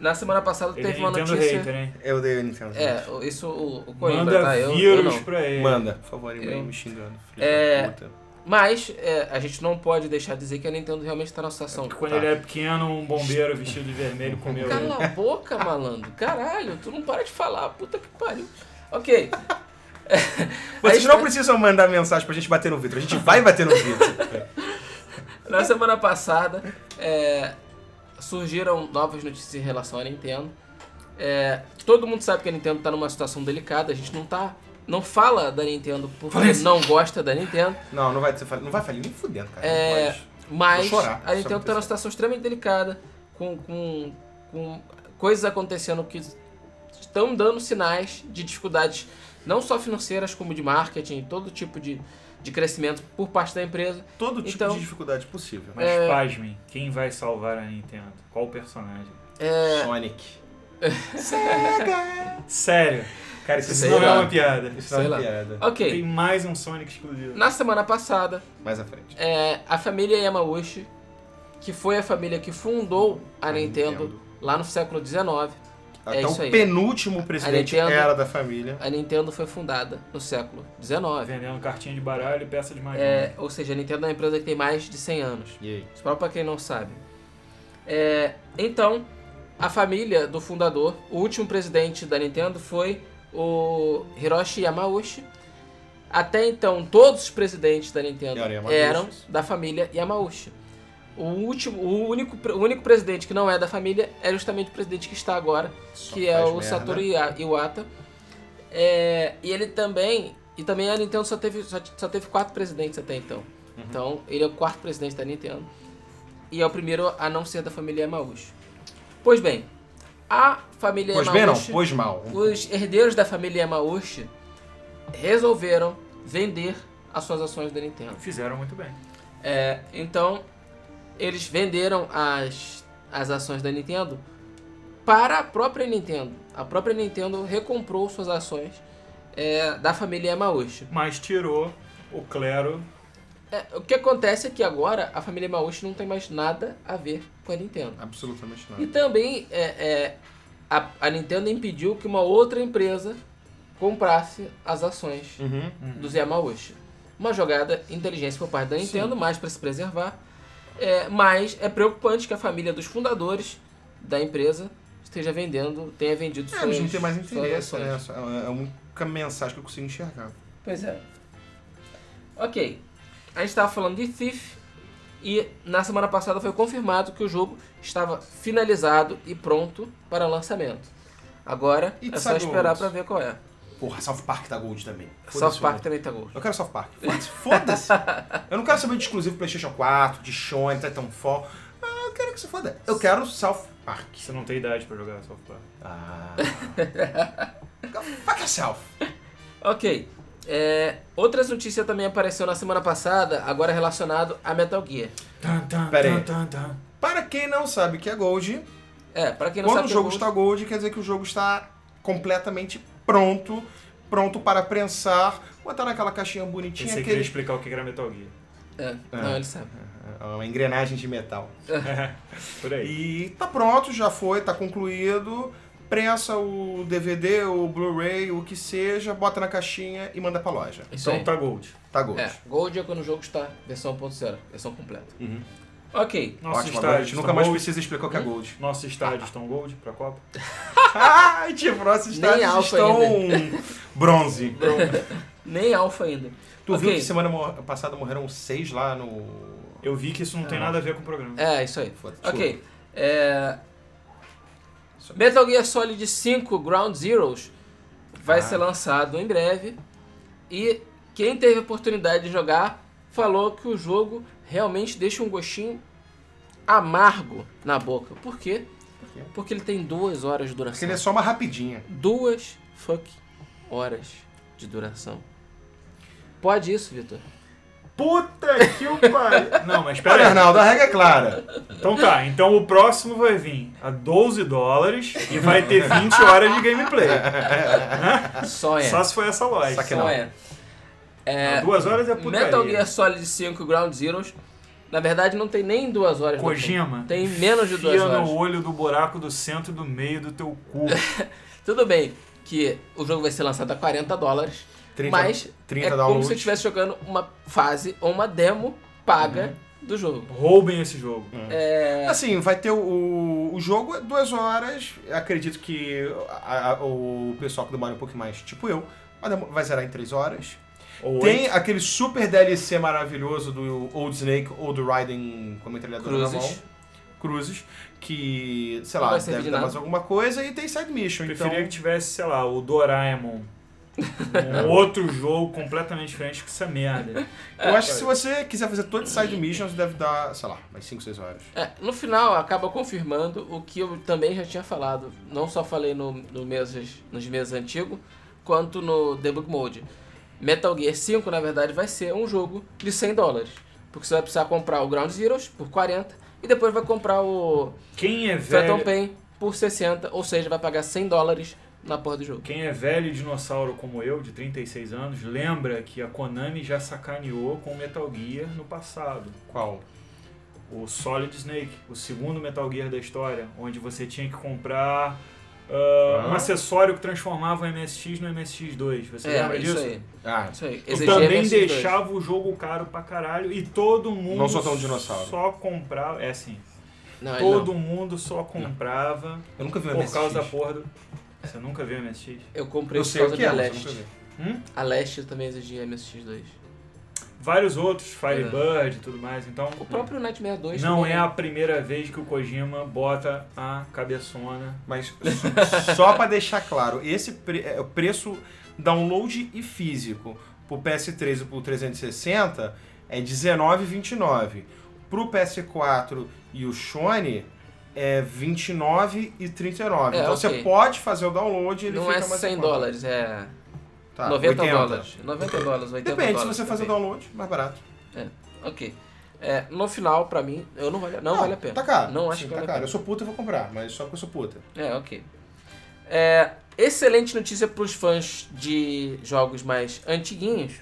Speaker 1: na semana passada
Speaker 3: Ele
Speaker 1: teve
Speaker 3: é
Speaker 1: uma
Speaker 3: Nintendo
Speaker 1: notícia.
Speaker 3: hater, hein?
Speaker 2: Eu odeio a Nintendo.
Speaker 1: É, o- isso o, o Coimbra,
Speaker 3: Manda
Speaker 1: tá? Eu, eu
Speaker 3: vírus
Speaker 1: não.
Speaker 3: pra ele.
Speaker 2: Manda, por favor, e-mail
Speaker 1: Eu-
Speaker 2: me xingando. Filho
Speaker 1: É.
Speaker 2: da puta.
Speaker 1: Mas é, a gente não pode deixar de dizer que a Nintendo realmente está na situação.
Speaker 3: Porque quando
Speaker 2: Tá.
Speaker 3: ele é pequeno, um bombeiro vestido de vermelho comeu ele.
Speaker 1: Cala a boca, malandro. Caralho, tu não para de falar. Puta que pariu. Ok.
Speaker 2: Vocês
Speaker 1: Aí-
Speaker 2: não precisam mandar mensagem pra gente bater no vidro. A gente vai bater no vidro.
Speaker 1: Na semana passada, é, surgiram novas notícias em relação à Nintendo. É, todo mundo sabe que a Nintendo está numa situação delicada. A gente não tá, não fala da Nintendo porque
Speaker 2: Fala isso.
Speaker 1: não gosta da Nintendo,
Speaker 2: não, não vai, ter- não vai falir nem fudendo, cara.
Speaker 1: É.
Speaker 2: Não pode.
Speaker 1: mas
Speaker 2: Vou
Speaker 1: a
Speaker 2: chorar, isso
Speaker 1: Nintendo está
Speaker 2: aconteceu.
Speaker 1: numa situação extremamente delicada, com, com, com coisas acontecendo que estão dando sinais de dificuldades, não só financeiras, como de marketing, todo tipo de, de crescimento por parte da empresa.
Speaker 2: Todo tipo
Speaker 1: Então-
Speaker 2: de dificuldade possível.
Speaker 3: Mas
Speaker 1: É.
Speaker 3: pasmem, quem vai salvar a Nintendo? Qual personagem?
Speaker 2: É. Sonic.
Speaker 3: Sério,
Speaker 2: Cara, isso
Speaker 1: Sei
Speaker 2: não
Speaker 1: lá.
Speaker 2: é
Speaker 3: uma piada.
Speaker 2: uma, isso
Speaker 1: Sei
Speaker 2: não é uma
Speaker 1: lá.
Speaker 2: piada.
Speaker 3: Tem
Speaker 1: Ok,
Speaker 3: mais um Sonic exclusivo.
Speaker 1: na semana passada,
Speaker 2: Mais à frente.
Speaker 1: é, a família Yamauchi, que foi a família que fundou a,
Speaker 2: A
Speaker 1: Nintendo,
Speaker 2: Nintendo.
Speaker 1: lá no século XIX.
Speaker 2: Até
Speaker 1: isso
Speaker 2: o
Speaker 1: aí.
Speaker 2: penúltimo presidente
Speaker 1: Nintendo-
Speaker 2: era da família.
Speaker 1: A Nintendo foi fundada no século XIX.
Speaker 3: Vendendo cartinha de baralho e peça de magia.
Speaker 1: É, ou seja, a Nintendo é uma empresa que tem mais de 100 anos.
Speaker 2: E aí?
Speaker 1: Só pra quem não sabe. É, então, a família do fundador, o último presidente da Nintendo foi o Hiroshi Yamauchi. Até então, todos os presidentes da Nintendo
Speaker 2: Era Yamauchi.
Speaker 1: eram da família Yamauchi. O, último, o, único, pre- o único presidente que não é da família é justamente o presidente que está agora,
Speaker 2: Só
Speaker 1: que
Speaker 2: faz
Speaker 1: é o
Speaker 2: merda. né?
Speaker 1: Satoru Ia- Iwata. É, e ele também. E também a Nintendo só teve, só, só teve quatro presidentes até então.
Speaker 2: Uhum.
Speaker 1: Então, ele é o quarto presidente da Nintendo. E é o primeiro a não ser da família Yamauchi. Pois bem, a família
Speaker 2: Pois bem, não.
Speaker 1: Yamauchi-
Speaker 2: Pois mal.
Speaker 1: os herdeiros da família Yamauchi resolveram vender as suas ações da Nintendo.
Speaker 3: Fizeram muito bem.
Speaker 1: É, então, eles venderam as, as ações da Nintendo para a própria Nintendo. A própria Nintendo recomprou suas ações é, da família Yamauchi.
Speaker 3: Mas tirou o clero
Speaker 1: É, o que acontece é que agora a família Mauchi não tem mais nada a ver com a Nintendo.
Speaker 2: Absolutamente nada.
Speaker 1: E também é, é, a, a Nintendo impediu que uma outra empresa comprasse as ações
Speaker 2: Uhum.
Speaker 1: dos Yamauchi. Uma jogada inteligente por parte da Nintendo, mais para se preservar. É, mas é preocupante que a família dos fundadores da empresa esteja vendendo, tenha vendido
Speaker 2: É,
Speaker 1: suas
Speaker 2: eles não têm mais
Speaker 1: suas
Speaker 2: interesse,
Speaker 1: ações.
Speaker 2: né? É a única mensagem que eu consigo enxergar.
Speaker 1: Pois é. Ok. A gente estava falando de Thief e na semana passada foi confirmado que o jogo estava finalizado e pronto para lançamento. Agora
Speaker 2: E
Speaker 1: é só
Speaker 2: Tsagold?
Speaker 1: esperar para ver qual é.
Speaker 2: Porra, South Park tá Gold também.
Speaker 1: South
Speaker 2: Foda-se, né?
Speaker 1: Park
Speaker 2: eu-
Speaker 1: também tá gol.
Speaker 2: Eu quero South Park. Foda-se. Foda-se. eu não quero saber de exclusivo PlayStation 4, de Shone, Titanfall. Ah, eu quero que se foda. Eu quero South Park.
Speaker 3: Você não tem idade pra jogar South Park.
Speaker 2: Ah. Fuck yourself.
Speaker 1: Ok. É, outras notícias também apareceu na semana passada, agora relacionado a Metal Gear.
Speaker 3: Tan, tan,
Speaker 2: Pera
Speaker 3: tan,
Speaker 2: aí.
Speaker 3: tan, tan.
Speaker 2: Para quem não sabe o que é Gold,
Speaker 1: É, para quem não
Speaker 2: quando o
Speaker 1: sabe,
Speaker 2: jogo
Speaker 1: eu-
Speaker 2: está Gold, quer dizer que o jogo está completamente pronto. Pronto para prensar, botar naquela caixinha bonitinha,
Speaker 3: Pensei que eu ia
Speaker 2: aquele
Speaker 3: explicar o que era Metal Gear.
Speaker 1: É, não, ele sabe.
Speaker 2: É uma engrenagem de metal.
Speaker 3: Por aí.
Speaker 2: E tá pronto, já foi, tá concluído. Prensa o DVD, o Blu-ray, o que seja, bota na caixinha e manda pra loja.
Speaker 1: Isso aí.
Speaker 3: Então tá Gold.
Speaker 2: Tá gold.
Speaker 1: É, Gold é quando o jogo está versão 1.0, versão completa.
Speaker 2: Uhum.
Speaker 1: Ok.
Speaker 3: Nossos
Speaker 2: Ótimo, agora a
Speaker 3: estádios
Speaker 2: gente
Speaker 3: estão
Speaker 2: nunca mais
Speaker 3: gold.
Speaker 2: precisa explicar o
Speaker 1: Hum?
Speaker 2: que é gold.
Speaker 3: Nossos estádios estão gold pra Copa.
Speaker 2: Ai, tipo, nossos
Speaker 1: Nem
Speaker 2: estádios
Speaker 1: alfa
Speaker 2: estão bronze.
Speaker 1: Nem alfa ainda.
Speaker 2: Tu viu
Speaker 1: Ok.
Speaker 2: que semana mo- passada morreram seis lá no...
Speaker 3: Eu vi que isso não tem nada a ver com o programa.
Speaker 1: É, isso aí.
Speaker 2: Foda-se.
Speaker 1: Ok. É... Metal Gear Solid 5 Ground Zeroes vai
Speaker 2: Ah.
Speaker 1: ser lançado em breve. E quem teve a oportunidade de jogar falou que o jogo realmente deixa um gostinho amargo na boca. Por quê?
Speaker 2: quê?
Speaker 1: Porque ele tem duas horas de
Speaker 2: Porque
Speaker 1: duração.
Speaker 2: ele é só uma rapidinha.
Speaker 1: Duas fuck horas de duração. Pode isso, Vitor?
Speaker 2: É.
Speaker 3: Puta que o pai! Não, mas
Speaker 2: Olha,
Speaker 3: pera aí.
Speaker 2: Arnaldo, a regra é clara.
Speaker 3: Então tá, então o próximo vai vir a 12 dólares e vai ter 20 horas de gameplay.
Speaker 1: Só é.
Speaker 3: Só se for essa
Speaker 2: Ah, Só que
Speaker 3: lógica.
Speaker 1: Só é.
Speaker 3: Não, Duas horas é putaria.
Speaker 1: Metal Gear Solid 5 Ground Zeroes, na verdade não tem nem duas horas. não
Speaker 3: Kojima.
Speaker 1: Tem Tem menos de duas
Speaker 3: Fia
Speaker 1: horas.
Speaker 3: no olho do buraco do centro e do meio do teu cu.
Speaker 1: tem. Tudo bem que o jogo vai ser lançado a 40 dólares,
Speaker 2: 30,
Speaker 1: mas
Speaker 2: 30
Speaker 1: é como
Speaker 2: downloads.
Speaker 1: se eu estivesse jogando uma fase ou uma demo paga do jogo.
Speaker 3: Roubem esse jogo.
Speaker 1: É.
Speaker 2: Assim, vai ter o, o jogo é duas horas. Acredito que a- a- o pessoal que demora um pouco mais, tipo eu, vai demo- vai zerar em três horas.
Speaker 3: Ou
Speaker 2: Tem
Speaker 3: oito.
Speaker 2: aquele super DLC maravilhoso do Old Snake ou do Raiden com a metralhadora na mão.
Speaker 1: Cruzes.
Speaker 2: Cruzes. Que, sei
Speaker 1: Não
Speaker 2: lá,
Speaker 1: vai servir
Speaker 2: deve
Speaker 1: de
Speaker 2: dar
Speaker 1: nada.
Speaker 2: mais alguma coisa. E tem side mission, então...
Speaker 3: Preferia que tivesse, sei lá, o Doraemon. Um outro jogo completamente diferente que essa merda.
Speaker 1: É.
Speaker 2: Eu acho que se você quiser fazer todo esse side mission, você deve dar, sei lá, mais 5, 6 horas.
Speaker 1: É, no final acaba confirmando o que eu também já tinha falado, não só falei no, no mesas, nos meses antigos, quanto no Debug Mode. Metal Gear 5, na verdade, vai ser um jogo de 100 dólares, porque você vai precisar comprar o Ground Zeroes por 40 e depois vai comprar o
Speaker 3: Quem é
Speaker 1: Phantom
Speaker 3: velho.
Speaker 1: Pain por 60, ou seja, vai pagar 100 dólares na porra do jogo.
Speaker 3: Quem é velho e dinossauro como eu, de 36 anos, lembra que a Konami já sacaneou com o Metal Gear no passado.
Speaker 2: Qual?
Speaker 3: O Solid Snake, o segundo Metal Gear da história, onde você tinha que comprar ah,
Speaker 2: Ah.
Speaker 3: um acessório que transformava o MSX no MSX2. Você
Speaker 1: É,
Speaker 3: lembra
Speaker 1: isso
Speaker 3: disso?
Speaker 1: aí.
Speaker 2: Ah,
Speaker 1: Isso aí.
Speaker 3: Eu
Speaker 1: Exigia
Speaker 3: também
Speaker 1: MSX2.
Speaker 3: deixava o jogo caro pra caralho e todo mundo
Speaker 2: Não sou tão dinossauro.
Speaker 3: só comprava. É assim,
Speaker 1: Não, ele não. é
Speaker 3: todo mundo só comprava
Speaker 2: eu nunca vi um
Speaker 3: por
Speaker 2: MSX.
Speaker 3: causa da porra do. Você nunca viu MSX?
Speaker 1: Eu comprei
Speaker 2: Eu
Speaker 1: por
Speaker 2: sei o
Speaker 1: causa
Speaker 2: que é,
Speaker 1: da
Speaker 2: mas eu nunca
Speaker 1: Leste.
Speaker 2: vi.
Speaker 3: Hum?
Speaker 1: A Leste também exigia MSX2.
Speaker 3: Vários outros, Firebird e tudo mais, então.
Speaker 1: É. O próprio Nightmare 2
Speaker 3: Não
Speaker 1: também
Speaker 3: é a primeira vez que o Kojima bota a cabeçona.
Speaker 2: Mas só- só pra deixar claro, esse pre- é, o preço download e físico pro PS3 e pro 360 é R$19,29. Pro PS4 e o Sony é R$29,39.
Speaker 1: É,
Speaker 2: então
Speaker 1: ok.
Speaker 2: você pode fazer o download e ele
Speaker 1: Não
Speaker 2: fica
Speaker 1: é
Speaker 2: mais
Speaker 1: 100
Speaker 2: em conta.
Speaker 1: dólares, é
Speaker 2: Tá,
Speaker 1: 90
Speaker 2: 80.
Speaker 1: dólares. 90 dólares, 80
Speaker 2: Depende, se
Speaker 1: dólares.
Speaker 2: você fazer o
Speaker 1: também.
Speaker 2: download, mais barato.
Speaker 1: Ok. É, no final, pra mim, eu não, vale, não, vale a pena.
Speaker 2: Tá caro.
Speaker 1: Não acho
Speaker 2: Sim,
Speaker 1: que
Speaker 2: tá
Speaker 1: vale a
Speaker 2: caro. Eu
Speaker 1: pena.
Speaker 2: sou puta e vou comprar, mas só porque eu sou puta.
Speaker 1: É, ok. É, excelente notícia pros fãs de jogos mais antiguinhos.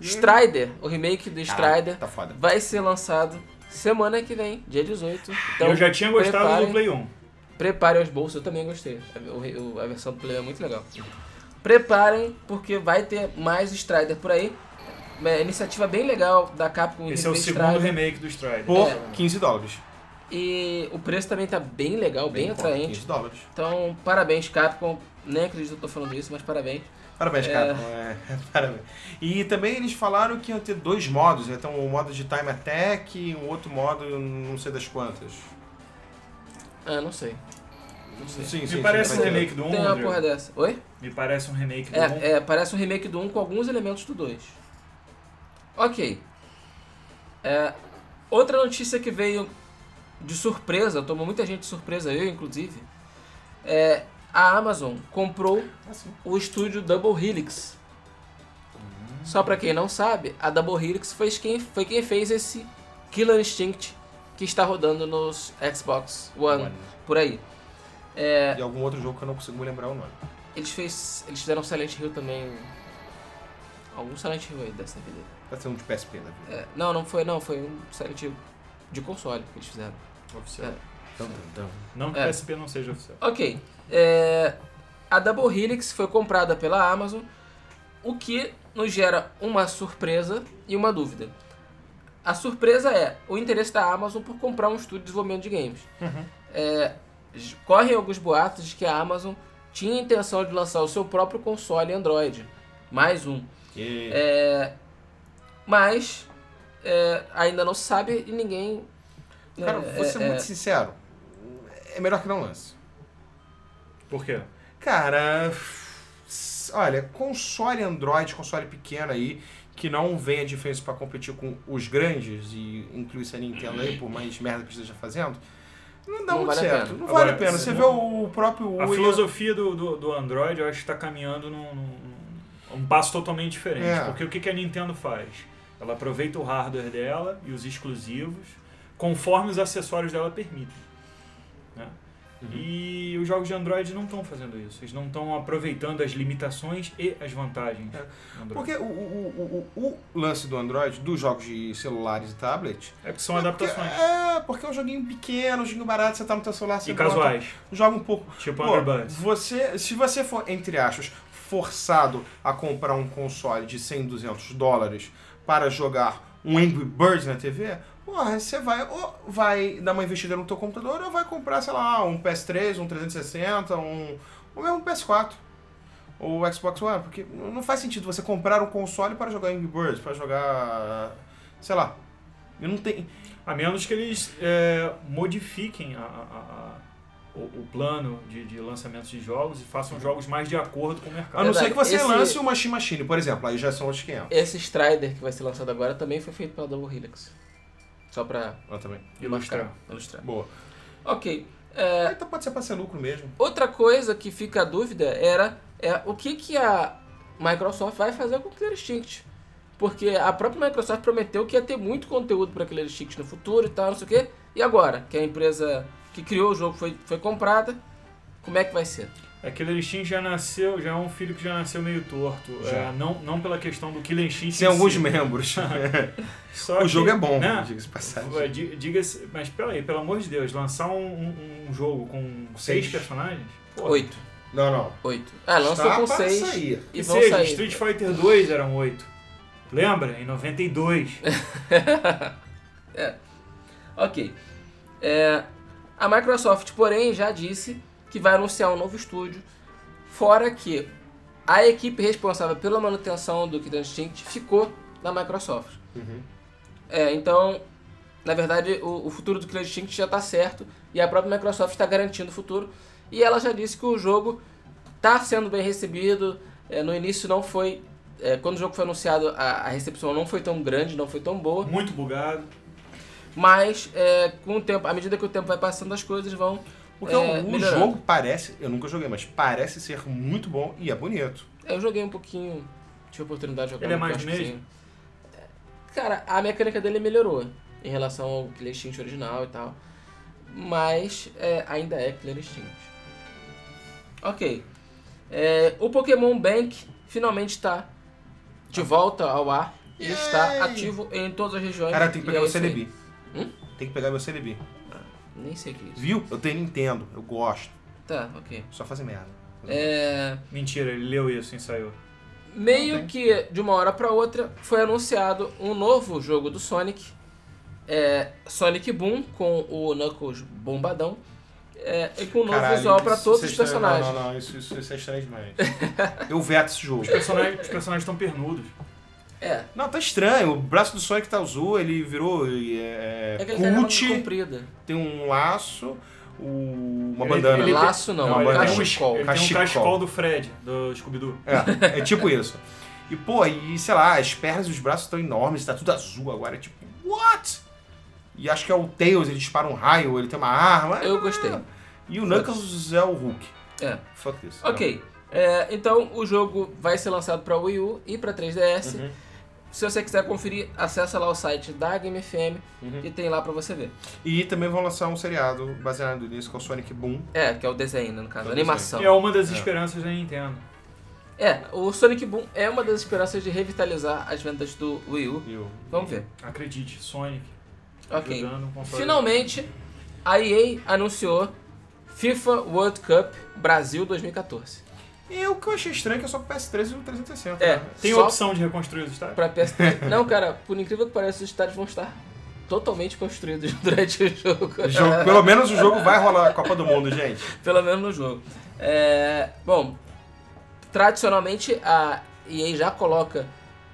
Speaker 1: Strider, o remake do Strider,
Speaker 2: Tá foda.
Speaker 1: vai ser lançado semana que vem, dia 18. Então,
Speaker 3: eu já tinha gostado
Speaker 1: preparem-
Speaker 3: do Play 1.
Speaker 1: Preparem os bolsos, eu também gostei. A, o- o- a versão do Play é muito legal. Preparem, porque vai ter mais Strider por aí. Uma iniciativa bem legal da Capcom. em
Speaker 3: Esse é o
Speaker 1: rever
Speaker 3: segundo
Speaker 1: um Strider.
Speaker 3: remake do Strider.
Speaker 2: Por
Speaker 1: É.
Speaker 2: 15 dólares.
Speaker 1: E o preço também tá bem legal, bem,
Speaker 2: Bem, pô,
Speaker 1: atraente.
Speaker 2: 15 dólares.
Speaker 1: Então, parabéns, Capcom. Nem acredito que eu tô falando isso, mas parabéns.
Speaker 2: Parabéns,
Speaker 1: É.
Speaker 2: cara. É, Parabéns. E também eles falaram que iam ter dois modos, né? Então, um modo de time attack e um outro modo, não sei das quantas.
Speaker 1: Ah, não sei.
Speaker 2: Sim, sim,
Speaker 3: Me
Speaker 2: sim,
Speaker 3: parece um
Speaker 2: vai ter.
Speaker 3: remake do 1,
Speaker 1: Tem uma
Speaker 3: Andrew.
Speaker 1: porra dessa. Oi?
Speaker 3: Me parece um remake do 1.
Speaker 1: É, é, parece um remake do 1 com alguns elementos do 2. Ok. É, outra notícia que veio de surpresa, tomou muita gente de surpresa, eu inclusive, é a Amazon comprou
Speaker 2: Ah, sim.
Speaker 1: o estúdio Double Helix. Só pra quem não sabe, a Double Helix foi quem, foi quem fez esse Killer Instinct que está rodando nos Xbox One,
Speaker 2: One.
Speaker 1: por aí. É,
Speaker 2: E algum outro jogo que eu não consigo me lembrar o nome.
Speaker 1: Eles, fez, eles fizeram Silent Hill também. Algum Silent Hill aí dessa vida.
Speaker 2: Tá sendo de PSP da vida.
Speaker 1: É, não, não foi, não, foi um Silent Hill de console que eles fizeram.
Speaker 3: Oficial.
Speaker 1: É.
Speaker 2: Dum, dum, dum.
Speaker 3: Não que
Speaker 1: É.
Speaker 3: o PSP não seja oficial.
Speaker 1: Ok. é, a Double Helix foi comprada pela Amazon, o que nos gera uma surpresa e uma dúvida. A surpresa é o interesse da Amazon por comprar um estúdio de desenvolvimento de games. É, j- correm alguns boatos de que a Amazon tinha a intenção de lançar o seu próprio console Android. Mais um.
Speaker 2: E-
Speaker 1: Mas é, ainda não se sabe e ninguém.
Speaker 2: Cara,
Speaker 1: é,
Speaker 2: vou ser muito sincero. É melhor que não lance.
Speaker 3: Por quê?
Speaker 2: Cara, s- olha, console Android, console pequeno aí, que não vem a diferença pra competir com os grandes, e inclui-se a Nintendo aí, por mais merda que esteja fazendo, não dá
Speaker 1: Não
Speaker 2: muito
Speaker 1: vale a
Speaker 2: certo.
Speaker 1: pena.
Speaker 2: Não vale
Speaker 3: Agora,
Speaker 2: a pena.
Speaker 3: se
Speaker 2: Você vê
Speaker 3: não-
Speaker 2: o próprio
Speaker 3: A
Speaker 2: Wii-
Speaker 3: filosofia do, do, do Android, eu acho que está caminhando num, num- um passo totalmente diferente.
Speaker 2: É.
Speaker 3: Porque o que, que a Nintendo faz? Ela aproveita o hardware dela e os exclusivos, conforme os acessórios dela permitem. né? E os jogos de Android não estão fazendo isso. Eles não estão aproveitando as limitações e as vantagens.
Speaker 2: É.
Speaker 3: do Android.
Speaker 2: Porque o, o- o- o- o lance do Android, dos jogos de celulares e tablet.
Speaker 3: É que são
Speaker 2: porque-
Speaker 3: adaptações.
Speaker 2: é, porque é um joguinho pequeno, um joguinho barato, você tá no teu celular, você
Speaker 3: E
Speaker 2: bota,
Speaker 3: casuais,
Speaker 2: joga um pouco.
Speaker 3: tipo
Speaker 2: Pô,
Speaker 3: Angry Birds.
Speaker 2: você, se você for, entre aspas, forçado a comprar um console de 100, 200 dólares para jogar um Angry Birds na TV, porra, você vai ou vai dar uma investida no teu computador ou vai comprar, sei lá, um PS3, um 360, um, ou mesmo um PS4 ou Xbox One, porque não faz sentido você comprar um console para jogar Angry Birds, para jogar, sei lá, eu não tenho...
Speaker 3: A menos que eles é, modifiquem a- a- a- a- o, o plano de, de lançamentos de jogos e façam jogos mais de acordo com o
Speaker 2: A
Speaker 3: mercado.
Speaker 2: não
Speaker 1: Verdade,
Speaker 2: ser que você
Speaker 1: esse-
Speaker 2: lance uma Machine Machine, por exemplo, aí já são outros 500.
Speaker 1: é, Esse Strider que vai ser lançado agora também foi feito pela Double Helix. Só pra
Speaker 2: Eu né, também.
Speaker 3: Ilustrar.
Speaker 1: marcar, ilustrar.
Speaker 2: Boa.
Speaker 1: Ok. é,
Speaker 2: Ah, Então pode ser pra ser lucro mesmo.
Speaker 1: outra coisa que fica a dúvida era é, o que, que a Microsoft vai fazer com o Killer Instinct. Porque a própria Microsoft prometeu que ia ter muito conteúdo para Killer Instinct no futuro e tal, não sei o quê. E agora, que a empresa que criou o jogo foi, foi comprada, como é que vai ser?
Speaker 3: É, Killer Instinct já nasceu, já é um filho que já nasceu meio torto.
Speaker 2: Já.
Speaker 3: É, não, não pela questão do Killer Instinct.
Speaker 2: Sem
Speaker 3: em
Speaker 2: alguns
Speaker 3: si.
Speaker 2: membros. É. o
Speaker 3: Só que,
Speaker 2: jogo é bom, assim.
Speaker 3: né?
Speaker 2: diga-se de passagem.
Speaker 3: Ué, di- Diga-se, mas peraí, pelo amor de Deus, lançar um, um- um jogo com seis,
Speaker 2: Seis.
Speaker 3: personagens? Pô,
Speaker 1: Oito.
Speaker 2: Não, não.
Speaker 1: Oito. Ah, lançou
Speaker 2: Está
Speaker 1: com
Speaker 2: pra
Speaker 1: seis.
Speaker 2: sair.
Speaker 1: E
Speaker 3: Que
Speaker 1: vão
Speaker 3: seja,
Speaker 1: sair.
Speaker 3: Street Fighter 2 eram oito. Lembra? Em 92.
Speaker 2: É.
Speaker 1: Ok. É, a Microsoft, porém, já disse que vai anunciar um novo estúdio, fora que a equipe responsável pela manutenção do Killer Instinct ficou na Microsoft. É, então, na verdade, o, o futuro do Killer Instinct já está certo e a própria Microsoft está garantindo o futuro. E ela já disse que o jogo está sendo bem recebido. é, no início não foi... é, quando o jogo foi anunciado, a- a recepção não foi tão grande, não foi tão boa.
Speaker 3: Muito bugado.
Speaker 1: Mas é, com o tempo, à medida que o tempo vai passando, as coisas vão.
Speaker 2: Porque
Speaker 1: é,
Speaker 2: o- o
Speaker 1: melhorando.
Speaker 2: jogo parece, eu nunca joguei, mas parece ser muito bom e é bonito.
Speaker 1: Eu joguei um pouquinho, tive a oportunidade de jogar.
Speaker 3: Ele é
Speaker 1: um
Speaker 3: mais
Speaker 1: pouco,
Speaker 3: mesmo?
Speaker 1: assim. É, Cara, a mecânica dele melhorou em relação ao Killer Instinct original e tal. Mas é, ainda é Killer Instinct. Ok.
Speaker 2: Ah.
Speaker 1: É, o Pokémon Bank finalmente está de tá volta ao ar. e está ativo em todas as regiões.
Speaker 2: Cara, eu tenho que
Speaker 1: E
Speaker 2: pegar
Speaker 1: é
Speaker 2: meu
Speaker 1: isso aí.
Speaker 2: Celebi.
Speaker 1: Hum?
Speaker 2: Tem que pegar meu Celebi.
Speaker 1: Nem sei o que é isso.
Speaker 2: Viu? Eu tenho Nintendo. Eu gosto.
Speaker 1: Tá, ok.
Speaker 2: Só fazer merda.
Speaker 1: É,
Speaker 3: Mentira, ele leu isso, ensaiou.
Speaker 1: meio que de uma hora pra outra foi anunciado um novo jogo do Sonic, é, Sonic Boom com o Knuckles bombadão é, e com um novo
Speaker 2: Caralho,
Speaker 1: visual pra
Speaker 2: isso-
Speaker 1: todos
Speaker 2: isso
Speaker 1: os
Speaker 2: é
Speaker 1: personagens.
Speaker 2: Estranho, não, não, não. Isso, isso, isso é estranho demais. eu veto esse jogo.
Speaker 3: Os personagens, os personagens estão pernudos.
Speaker 1: É,
Speaker 2: Não, tá estranho. O braço do Sonic tá azul, ele virou é,
Speaker 1: é que ele tem a
Speaker 2: cult,
Speaker 1: mão comprida.
Speaker 2: tem um laço, o- uma
Speaker 3: Ele-
Speaker 2: bandana.
Speaker 3: ele-
Speaker 1: Laço não,
Speaker 2: Não,
Speaker 1: é um
Speaker 2: ele-
Speaker 1: cachecol.
Speaker 3: Ele tem um
Speaker 2: Cachecol.
Speaker 3: cachecol do Fred, do Scooby-Doo.
Speaker 2: É, é tipo isso. E, pô, e sei lá, as pernas e os braços estão enormes, tá tudo azul agora. É tipo, what? E acho que é o Tails, ele dispara um raio, ele tem uma arma.
Speaker 1: Eu gostei.
Speaker 2: E o Knuckles é o Hulk.
Speaker 1: É.
Speaker 2: Fuck this.
Speaker 1: Ok. é, então o jogo vai ser lançado pra Wii U e pra 3DS.
Speaker 2: Uhum.
Speaker 1: Se você quiser conferir, acessa lá o site da Game FM
Speaker 2: Uhum.
Speaker 1: e tem lá pra você ver.
Speaker 2: E também vão lançar um seriado baseado nisso, que é o Sonic Boom.
Speaker 1: É, que é o desenho, né, no caso,
Speaker 2: É
Speaker 1: a
Speaker 2: o desenho.
Speaker 1: animação.
Speaker 3: É uma das
Speaker 2: É.
Speaker 3: esperanças da Nintendo.
Speaker 1: É, o Sonic Boom é uma das esperanças de revitalizar as vendas do Wii U.
Speaker 2: E o-
Speaker 1: Vamos ver.
Speaker 3: Acredite, Sonic
Speaker 1: Ok.
Speaker 3: jogando um console.
Speaker 1: Finalmente, a EA anunciou FIFA World Cup Brasil 2014.
Speaker 2: E o que eu achei estranho é que é só pro PS3 e o 360.
Speaker 1: É,
Speaker 2: né?
Speaker 3: Tem
Speaker 1: só
Speaker 3: opção de reconstruir os estádios?
Speaker 1: pra PS3. Não, cara, por incrível que pareça, os estádios vão estar totalmente construídos durante o jogo.
Speaker 2: O jogo- pelo menos o jogo vai rolar a Copa do Mundo, gente.
Speaker 1: Pelo menos no jogo. É, bom, tradicionalmente a EA já coloca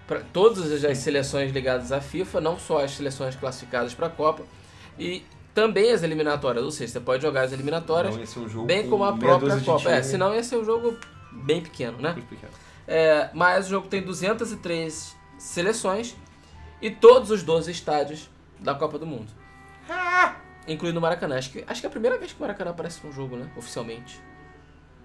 Speaker 1: pra todas as seleções ligadas à FIFA, não só as seleções classificadas para a Copa, e também as eliminatórias, ou seja, você pode jogar as eliminatórias,
Speaker 2: Não, esse é um jogo
Speaker 1: bem
Speaker 2: com
Speaker 1: como a
Speaker 2: meia
Speaker 1: própria
Speaker 2: dúzia de
Speaker 1: Copa. É,
Speaker 2: time.
Speaker 1: senão ia ser um jogo bem pequeno, né?
Speaker 2: Muito pequeno.
Speaker 1: É, mas o jogo tem 203 seleções e todos os 12 estádios da Copa do Mundo.
Speaker 2: Ah!
Speaker 1: Incluindo o Maracanã. Acho que, acho que é a primeira vez que o Maracanã aparece num jogo, né? Oficialmente.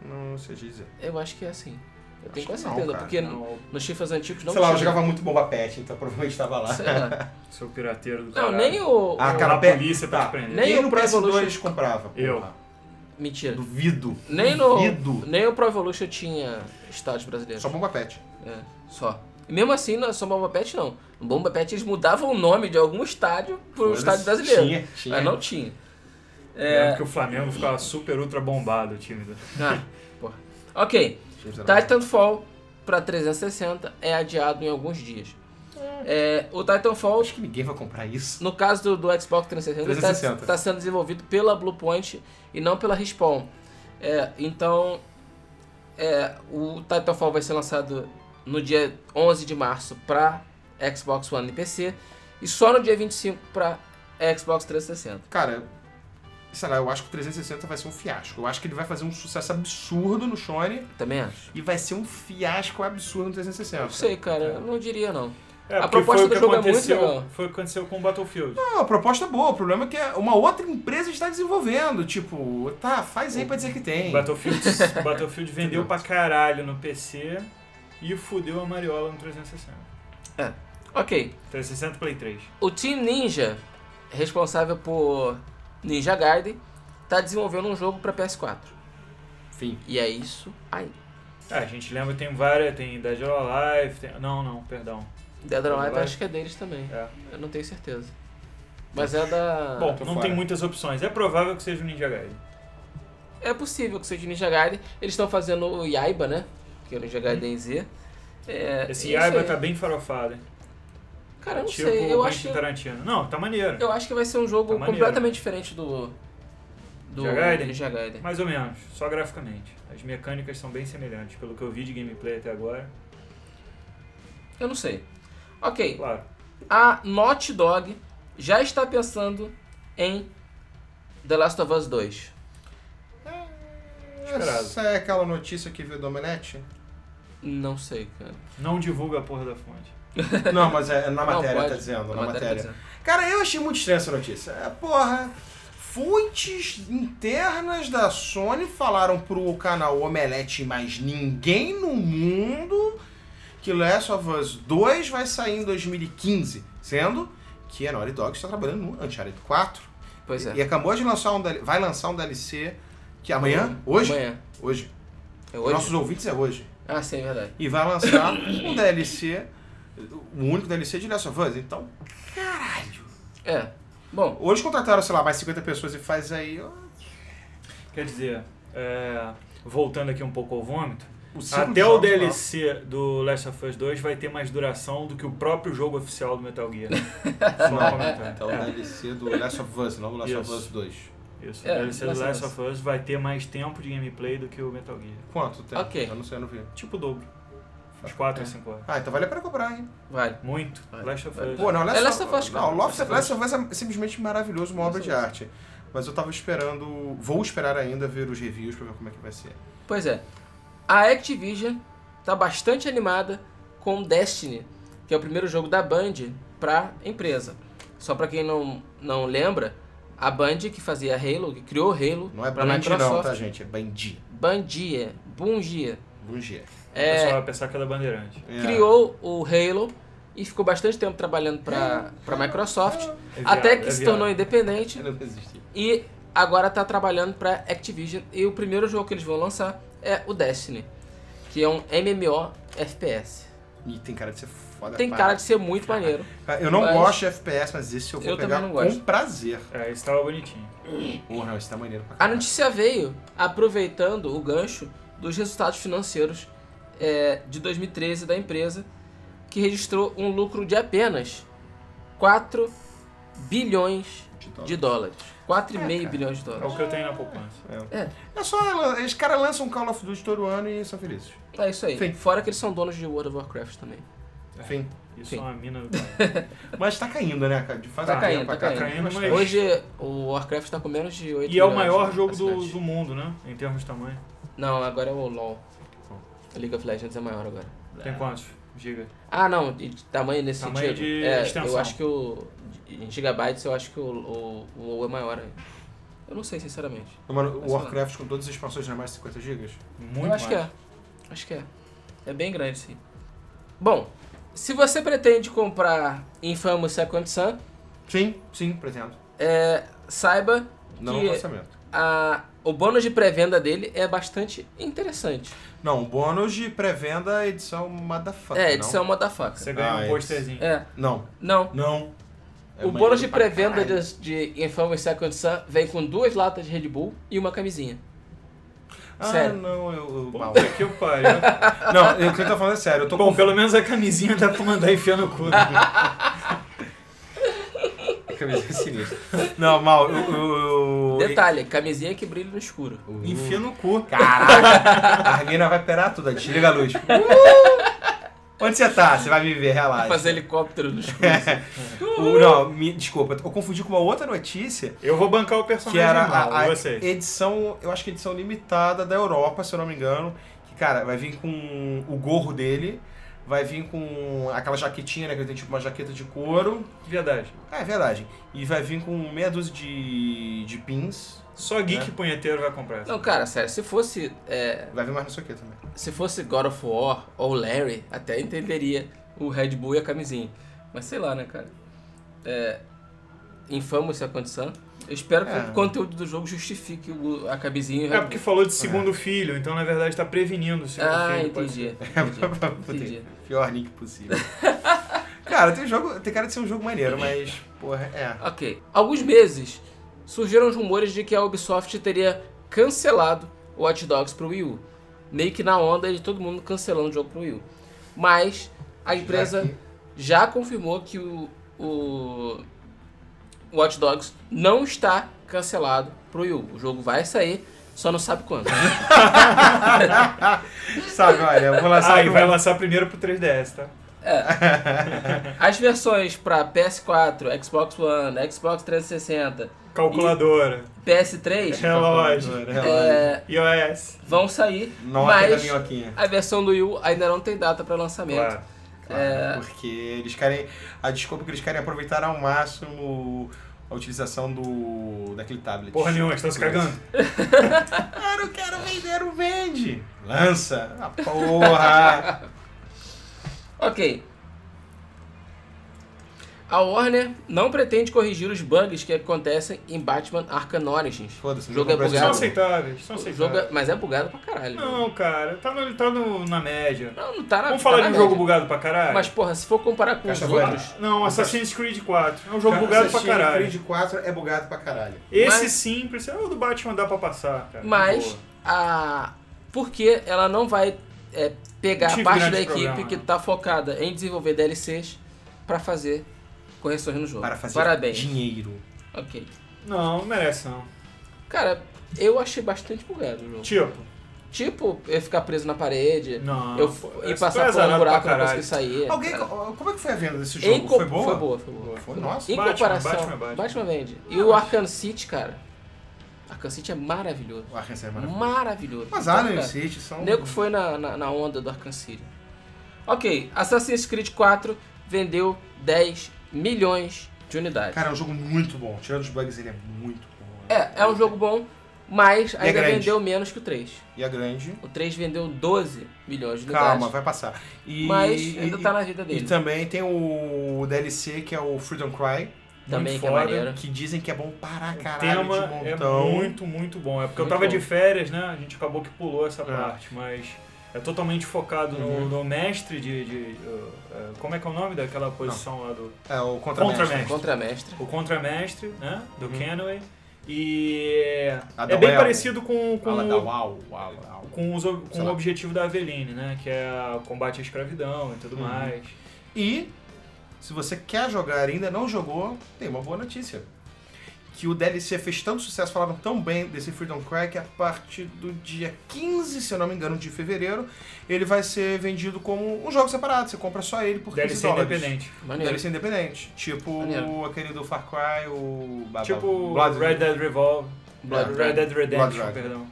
Speaker 2: Não sei dizer.
Speaker 1: Eu acho que é assim. Eu tenho
Speaker 2: que
Speaker 1: quase
Speaker 2: não,
Speaker 1: certeza,
Speaker 2: cara,
Speaker 1: porque
Speaker 3: Não,
Speaker 1: nos chifres antigos não
Speaker 2: Sei lá, eu
Speaker 1: tinha.
Speaker 2: jogava muito bomba pet, então provavelmente tava lá.
Speaker 1: Sei lá.
Speaker 3: seu pirateiro do
Speaker 1: Não,
Speaker 3: caralho.
Speaker 1: nem o.
Speaker 2: Ah,
Speaker 1: o-
Speaker 2: cara,
Speaker 3: a
Speaker 2: pe-
Speaker 3: polícia pra te prender.
Speaker 1: Nem
Speaker 2: Quem
Speaker 1: o
Speaker 2: no
Speaker 1: Pro
Speaker 2: PS2
Speaker 1: Evolution-
Speaker 2: comprava? porra?
Speaker 3: Eu.
Speaker 1: Mentira.
Speaker 2: Duvido.
Speaker 1: Nem no.
Speaker 2: Duvido.
Speaker 1: Nem o Pro Evolution tinha estádios brasileiros.
Speaker 2: Só bomba pet.
Speaker 1: É, só. E mesmo assim, não é só Bomba Pet, não. No Bomba Pet eles mudavam o nome de algum estádio pro
Speaker 2: Foda-se.
Speaker 1: estádio brasileiro.
Speaker 2: Tinha, tinha.
Speaker 1: Mas não tinha. É.
Speaker 3: Lembro que É, o Flamengo ficava super ultra bombado, o time do...
Speaker 1: Ah, porra. Ok.
Speaker 2: Tá-
Speaker 1: Titanfall pra 360 é adiado em alguns dias. É, o Titanfall
Speaker 2: Acho que ninguém vai comprar isso.
Speaker 1: No caso do, do Xbox 360, ele tá-
Speaker 2: 360.
Speaker 1: tá sendo desenvolvido pela Bluepoint e não pela Respawn. É, então, é, o Titanfall vai ser lançado no dia 11 de março para Xbox One e PC e só no dia 25 para Xbox 360.
Speaker 2: Cara, sei lá, eu acho que o 360 vai ser um fiasco. Eu acho que ele vai fazer um sucesso absurdo no Sony
Speaker 1: Também acho.
Speaker 2: e vai ser um fiasco absurdo no 360.
Speaker 1: Não sei, cara, eu não diria não.
Speaker 3: É,
Speaker 1: A
Speaker 3: porque
Speaker 1: proposta
Speaker 3: foi o
Speaker 1: do
Speaker 3: que
Speaker 1: jogo é muito
Speaker 3: aconteceu,
Speaker 1: legal.
Speaker 3: Foi o que aconteceu com o Battlefield.
Speaker 2: Não, a proposta é boa, o problema é que uma outra empresa está desenvolvendo. Tipo, tá, faz aí pra dizer que tem.
Speaker 3: Battlefield, Battlefield vendeu pra caralho no PC e fudeu a Mariola no 360.
Speaker 1: Ok,
Speaker 3: 360 Play 3.
Speaker 1: o Team Ninja, responsável por Ninja Gaiden, tá desenvolvendo um jogo para PS4.
Speaker 2: Fim.
Speaker 1: E é isso aí.
Speaker 3: Ah, a gente lembra, tem várias, tem Dead or Alive, tem... Não, não, perdão.
Speaker 1: Dead or Alive
Speaker 3: Vai.
Speaker 1: acho que é deles também.
Speaker 3: É.
Speaker 1: Eu não tenho certeza. Mas é da.
Speaker 3: Bom,
Speaker 2: tô
Speaker 3: não
Speaker 2: fora.
Speaker 3: tem muitas opções. É provável que seja o Ninja Gaiden.
Speaker 1: É possível que seja Ninja Gaiden. Eles estão fazendo o Yaiba, né? Que é o Ninja Gaiden Z. É,
Speaker 3: Esse
Speaker 1: eu não
Speaker 3: Yaiba
Speaker 1: sei.
Speaker 3: tá bem farofado, hein?
Speaker 1: Cara, eu não
Speaker 3: tipo
Speaker 1: sei. Eu
Speaker 3: o
Speaker 1: acho,
Speaker 3: Quentin Tarantino. Não, tá maneiro.
Speaker 1: eu acho que vai ser um jogo
Speaker 3: Tá maneiro.
Speaker 1: completamente diferente do. Do
Speaker 3: Ninja Gaiden?
Speaker 1: Ninja Gaiden.
Speaker 3: Mais ou menos, só graficamente. As mecânicas são bem semelhantes, pelo que eu vi de gameplay até agora.
Speaker 1: Eu não sei. Ok.
Speaker 3: Claro.
Speaker 1: A Naughty Dog já está pensando em The Last of Us 2.
Speaker 3: Esperado.
Speaker 2: Essa é aquela notícia que veio do Omelete?
Speaker 1: Não sei, cara.
Speaker 3: Não divulga a porra da fonte.
Speaker 2: Não, mas é na matéria,
Speaker 1: pode.
Speaker 2: tá dizendo, na,
Speaker 1: A
Speaker 2: matéria.
Speaker 1: tá dizendo.
Speaker 2: Cara, eu achei muito estranha essa notícia. É, porra, fontes internas da Sony falaram pro canal Omelete e mais ninguém no mundo que Last of Us 2 vai sair em 2015, sendo que a Naughty Dog está trabalhando no Uncharted 4
Speaker 1: Pois é.
Speaker 2: e acabou de lançar um DL vai lançar um DLC que é amanhã, hoje,
Speaker 1: Amanhã.
Speaker 2: hoje,
Speaker 1: É hoje?
Speaker 2: nossos ouvintes é hoje
Speaker 1: Ah, sim, é verdade.
Speaker 2: e vai lançar um DLC O único DLC é de Last of Us. Então, caralho.
Speaker 1: É. Bom,
Speaker 2: Hoje contrataram, sei lá, mais 50 pessoas e faz aí. ó,
Speaker 3: Quer dizer, é, voltando aqui um pouco ao vômito,
Speaker 1: é
Speaker 2: cinco
Speaker 1: um
Speaker 3: até o
Speaker 2: jogos,
Speaker 1: né?
Speaker 3: DLC do Last of Us 2 vai ter mais duração do que o próprio jogo oficial do Metal Gear. Só um comentário.
Speaker 2: Então, o
Speaker 3: É,
Speaker 2: DLC do Last of Us, não do Last of
Speaker 3: Isso.
Speaker 2: Us 2.
Speaker 3: isso,
Speaker 1: É,
Speaker 3: o DLC do
Speaker 1: Last of
Speaker 3: Last
Speaker 1: Us.
Speaker 3: of Us vai ter mais tempo de gameplay do que o Metal Gear.
Speaker 2: Quanto tempo?
Speaker 1: Ok.
Speaker 2: Eu não sei, eu não vi.
Speaker 3: Tipo o dobro. Uns 4
Speaker 1: É.
Speaker 3: a 5 horas.
Speaker 2: Ah, então vale a pena comprar, hein?
Speaker 1: vale.
Speaker 3: Muito.
Speaker 1: Vai.
Speaker 3: Last of
Speaker 1: Vai.
Speaker 3: Us.
Speaker 2: Pô, não, Last,
Speaker 1: É Last of Us, cara.
Speaker 2: Não, Last,
Speaker 1: Last of
Speaker 2: Last of Us é simplesmente maravilhoso, uma obra
Speaker 1: Last
Speaker 2: de
Speaker 1: of Us.
Speaker 2: arte. Mas eu tava esperando. Vou esperar ainda ver os reviews pra ver como é que vai ser.
Speaker 1: Pois é. A Activision tá bastante animada com Destiny, que é o primeiro jogo da Band pra empresa. Só pra quem não, não lembra, a Band que fazia Halo, que criou Halo
Speaker 2: Não é
Speaker 1: pra
Speaker 2: Bungie, não,
Speaker 1: Microsoft.
Speaker 2: tá, gente? É Bandi.
Speaker 1: Bungie, Bungie.
Speaker 2: Bungie.
Speaker 3: O
Speaker 1: É,
Speaker 3: pessoal vai pensar que é da Bandeirante.
Speaker 2: É.
Speaker 1: criou o Halo e ficou bastante tempo trabalhando pra, pra Microsoft,
Speaker 3: É
Speaker 1: até
Speaker 3: viado,
Speaker 1: que
Speaker 3: é
Speaker 1: se
Speaker 3: viado.
Speaker 1: tornou independente
Speaker 2: Não existe.
Speaker 1: e agora tá trabalhando pra Activision e o primeiro jogo que eles vão lançar é o Destiny, que é um MMO FPS.
Speaker 2: E tem cara de ser foda.
Speaker 1: Tem
Speaker 2: pra-
Speaker 1: cara de ser muito maneiro.
Speaker 2: Ah, Eu não
Speaker 1: mas-
Speaker 2: gosto de FPS, mas esse eu vou
Speaker 1: Eu também
Speaker 2: pegar
Speaker 1: não gosto.
Speaker 2: com prazer.
Speaker 3: É, esse tava bonitinho.
Speaker 2: Porra, esse tá maneiro pra
Speaker 1: A
Speaker 2: caralho.
Speaker 1: notícia veio aproveitando o gancho dos resultados financeiros é, de 2013 da empresa, que registrou um lucro de apenas 4 bilhões de dólares. 4,5
Speaker 2: cara.
Speaker 1: bilhões de
Speaker 3: É
Speaker 1: dólares.
Speaker 3: o que eu tenho na poupança.
Speaker 2: É só. Eles caras lançam um Call of Duty todo ano e são felizes.
Speaker 1: É isso aí.
Speaker 2: Sim.
Speaker 1: Fora que eles são donos de World of Warcraft também.
Speaker 2: Enfim.
Speaker 3: Isso
Speaker 1: Sim.
Speaker 3: é uma mina do cara.
Speaker 2: Mas tá caindo, né, cara? De faz
Speaker 1: Tá
Speaker 2: um
Speaker 1: caindo,
Speaker 2: tempo pra
Speaker 1: tá
Speaker 2: cá,
Speaker 1: caindo.
Speaker 2: bastante.
Speaker 3: Mas-
Speaker 1: Hoje o Warcraft está com menos de 8
Speaker 3: E é o
Speaker 1: bilhões
Speaker 3: maior
Speaker 1: de
Speaker 3: jogo do,
Speaker 1: assinantes.
Speaker 3: do mundo, né? Em termos de tamanho.
Speaker 1: Não, agora é o LoL. League of Legends é maior agora.
Speaker 3: Tem quantos? Giga.
Speaker 1: Ah, não, de de tamanho nesse
Speaker 3: Tamanho
Speaker 1: sentido.
Speaker 3: de
Speaker 1: é,
Speaker 3: extensão.
Speaker 1: eu acho que o. Em gigabytes eu acho que o, o, o WoW é maior ainda. Eu não sei, sinceramente.
Speaker 2: Mano, o Warcraft com todas as expansões não é mais de 50 gigas?
Speaker 3: Muito
Speaker 1: eu acho
Speaker 3: mais.
Speaker 1: que é. Acho que é. É bem grande, sim. Bom, se você pretende comprar Infamous Second Sun,
Speaker 2: Sim, sim, pretendo.
Speaker 1: é, saiba
Speaker 2: Não
Speaker 1: que
Speaker 2: no lançamento.
Speaker 1: a, o bônus de pré-venda dele é bastante interessante.
Speaker 2: Não, bônus de pré-venda edição Motherfucker.
Speaker 1: é, edição
Speaker 3: Você
Speaker 1: motherfucker.
Speaker 3: ganha
Speaker 2: Ah,
Speaker 3: um
Speaker 2: isso.
Speaker 3: posterzinho.
Speaker 1: É,
Speaker 2: Não.
Speaker 1: não.
Speaker 2: Não. É
Speaker 1: o
Speaker 2: maneiro
Speaker 1: bônus de
Speaker 2: pra
Speaker 1: pré-venda
Speaker 2: caralho.
Speaker 1: de, de Infamous Second Sun vem com duas latas de Red Bull e uma camisinha.
Speaker 2: Ah,
Speaker 1: Sério.
Speaker 2: não, eu. eu mal.
Speaker 3: Puta é que pariu.
Speaker 2: Não, eu que eu tô falando é sério. Eu tô
Speaker 3: Bom,
Speaker 2: com
Speaker 3: pelo menos a camisinha dá pra mandar enfiar no cu.
Speaker 2: camiseta é sinistra. Não, mal, eu. eu, eu-
Speaker 1: Detalhe, camisinha que brilha no escuro.
Speaker 2: Uh,
Speaker 3: tá Enfia no cu.
Speaker 2: Caraca! A Arlina vai perar tudo, desliga a luz. Uh! Onde você tá? Você vai me ver, relaxa.
Speaker 1: Fazer helicóptero no escuro.
Speaker 2: O- não, me, desculpa, eu confundi com uma outra notícia
Speaker 3: Eu vou bancar o
Speaker 2: que
Speaker 3: personagem
Speaker 2: era
Speaker 3: mal,
Speaker 2: a, a
Speaker 3: vocês.
Speaker 2: edição, eu acho que edição limitada da Europa, se eu não me engano. Que, cara, vai vir com o gorro dele, vai vir com aquela jaquetinha, né? Que ele tem tipo uma jaqueta de couro.
Speaker 3: Verdade.
Speaker 2: É, é verdade. E vai vir com meia dúzia de, de pins.
Speaker 3: Só
Speaker 1: É.
Speaker 3: geek punheteiro vai comprar. essa.
Speaker 1: Não, cara, sério, se fosse, é,
Speaker 2: Vai vir mais não sei o que também.
Speaker 1: se fosse God of War ou Larry, até entenderia o Red Bull e a camisinha. Mas sei lá, né, cara. É, Infamous se acontecer. Eu espero que
Speaker 2: É.
Speaker 1: o conteúdo do jogo justifique o- a camisinha e o
Speaker 3: É
Speaker 1: Red
Speaker 3: porque
Speaker 1: Bull.
Speaker 3: falou de segundo filho, então na verdade tá prevenindo o segundo
Speaker 1: Ah,
Speaker 3: filho. pode ser.
Speaker 1: entendi.
Speaker 2: Entendi.
Speaker 1: É, entendi.
Speaker 2: Pior link possível. cara, tem jogo. Tem cara de ser um jogo maneiro, mas, porra, é.
Speaker 1: Ok. Alguns meses surgiram os rumores de que a Ubisoft teria cancelado o Watch Dogs pro Wii U. Meio que na onda de todo mundo cancelando o jogo pro Wii U. Mas a empresa
Speaker 2: Já que-
Speaker 1: já confirmou que o, o Watch Dogs não está cancelado pro Wii U. O jogo vai sair, só não sabe quando.
Speaker 2: Sabe, olha, eu vou lançar um
Speaker 3: Ah, e
Speaker 2: no-
Speaker 3: vai lançar primeiro pro 3DS, tá?
Speaker 1: As versões para PS4, Xbox One, Xbox 360,
Speaker 3: Calculadora,
Speaker 1: PS3
Speaker 3: relógio,
Speaker 1: é,
Speaker 3: iOS.
Speaker 1: vão sair,
Speaker 2: Nota é da
Speaker 1: mas
Speaker 2: minhoquinha.
Speaker 1: a versão do Wii U ainda não tem data para lançamento.
Speaker 3: Claro.
Speaker 2: Claro,
Speaker 1: é.
Speaker 2: Porque eles querem. A desculpa é que eles querem aproveitar ao máximo a utilização do. daquele tablet.
Speaker 3: Porra nenhuma, estão se cagando.
Speaker 2: Cara, eu quero vender, não vende! Lança! Ah, porra!
Speaker 1: Ok. A Warner não pretende corrigir os bugs que acontecem em Batman Arkham Origins.
Speaker 2: Foda-se,
Speaker 1: O jogo é
Speaker 2: comprei esse
Speaker 3: São
Speaker 1: bugado.
Speaker 2: jogo.
Speaker 3: aceitáveis, são
Speaker 1: O jogo
Speaker 3: aceitáveis.
Speaker 1: é- mas é bugado pra caralho.
Speaker 3: Não, cara, tá, no, tá no- na média.
Speaker 1: não, não tá na-
Speaker 3: Vamos
Speaker 1: tá na
Speaker 3: falar de um jogo
Speaker 1: média.
Speaker 3: bugado pra caralho?
Speaker 1: Mas, porra, se for comparar com os
Speaker 2: Caixa voadora.
Speaker 1: outros...
Speaker 3: Não, Assassin's Creed 4. É um jogo bugado pra
Speaker 2: Assassin's
Speaker 3: caralho.
Speaker 2: Creed 4 é bugado pra caralho.
Speaker 3: Esse
Speaker 1: Mas-
Speaker 3: sim, precisa. O do Batman dá pra passar, cara.
Speaker 1: Mas
Speaker 3: Boa.
Speaker 1: a porque ela não vai é, pegar
Speaker 3: Tive
Speaker 1: parte
Speaker 3: grande
Speaker 1: da equipe
Speaker 3: problema,
Speaker 1: que
Speaker 3: né?
Speaker 1: está focada em desenvolver DLCs para fazer correções no jogo.
Speaker 2: Para fazer
Speaker 1: Parabéns.
Speaker 2: dinheiro.
Speaker 1: Ok.
Speaker 3: Não, não merece não.
Speaker 1: Cara, eu achei bastante bugado o jogo.
Speaker 3: Tipo,
Speaker 1: Tipo, eu ficar preso na parede,
Speaker 3: não.
Speaker 1: eu
Speaker 3: pô,
Speaker 1: ir
Speaker 3: esse foi
Speaker 1: passar por um
Speaker 3: azarado
Speaker 1: buraco e
Speaker 3: pra
Speaker 1: não
Speaker 3: caralho.
Speaker 1: conseguir sair.
Speaker 2: Alguém,
Speaker 1: cara.
Speaker 2: como é que foi a venda desse
Speaker 1: Em
Speaker 2: jogo?
Speaker 1: co-
Speaker 2: Foi boa?
Speaker 1: Foi boa, foi boa.
Speaker 2: Foi, nossa.
Speaker 1: Em
Speaker 3: Batman,
Speaker 1: comparação,
Speaker 3: Batman, Batman.
Speaker 1: vende. E o Arkham City, cara. Arkham City é maravilhoso.
Speaker 2: O Arkham City é maravilhoso.
Speaker 1: Maravilhoso.
Speaker 2: Mas ah, né,
Speaker 1: Então,
Speaker 2: Arkham
Speaker 1: cara,
Speaker 2: City são...
Speaker 1: O nego foi na, na, na onda do Arkham City. Ok, Assassin's Creed 4 vendeu 10 milhões de unidades.
Speaker 2: Cara, é um jogo muito bom. Tirando os bugs, ele é muito bom.
Speaker 1: É, é um jogo bom, mas
Speaker 2: é
Speaker 1: ainda
Speaker 2: grande.
Speaker 1: vendeu menos que o 3.
Speaker 2: E a grande...
Speaker 1: O 3 vendeu 12 milhões de unidades.
Speaker 2: Calma, vai passar. E,
Speaker 1: Mas
Speaker 2: e-
Speaker 1: ainda tá na vida
Speaker 2: E é
Speaker 1: dele.
Speaker 2: também tem o DLC, que é o Freedom Cry,
Speaker 1: também
Speaker 3: muito
Speaker 1: que é
Speaker 3: foda,
Speaker 1: maneiro.
Speaker 2: que dizem que é bom para
Speaker 3: O
Speaker 2: caralho
Speaker 3: tema
Speaker 2: de
Speaker 3: é
Speaker 2: montão.
Speaker 3: muito, muito bom. É porque
Speaker 1: Muito
Speaker 3: eu tava
Speaker 1: bom.
Speaker 3: de férias, né? A gente acabou que pulou essa
Speaker 2: É.
Speaker 3: parte, mas é totalmente focado no-
Speaker 2: Uhum.
Speaker 3: no, mestre de. de, uh, uh, como é que é o nome daquela posição lá do.
Speaker 2: É, o
Speaker 3: Contramestre.
Speaker 2: Contramestre.
Speaker 1: Contramestre.
Speaker 3: O contramestre, né? Do
Speaker 2: Uhum.
Speaker 3: Kenway. E.
Speaker 2: A
Speaker 3: é
Speaker 2: da
Speaker 3: bem
Speaker 2: Well.
Speaker 3: parecido com, com,
Speaker 2: Fala da
Speaker 3: o-
Speaker 2: Uau, Uau, Uau.
Speaker 3: com, os- com
Speaker 2: Sei
Speaker 3: o
Speaker 2: lá.
Speaker 3: objetivo da Aveline, né? Que é o combate à escravidão e tudo
Speaker 2: Uhum.
Speaker 3: mais.
Speaker 2: E, se você quer jogar e ainda não jogou, tem uma boa notícia. Que o DLC fez tanto sucesso, falaram tão bem desse Freedom Cry, que a partir do dia 15, se eu não me engano, de fevereiro, ele vai ser vendido como um jogo separado. Você compra só ele por 15
Speaker 3: Deve ser
Speaker 2: dólares.
Speaker 3: independente.
Speaker 1: Maneiro.
Speaker 2: DLC independente. Tipo
Speaker 1: Maneiro.
Speaker 2: aquele do Far Cry, o...
Speaker 3: Tipo
Speaker 2: Ah, tá. Blood-
Speaker 3: Red Dead Revolve.
Speaker 2: um
Speaker 1: Blood
Speaker 3: Red Dead Redemption,
Speaker 2: Blood Dragon.
Speaker 3: perdão.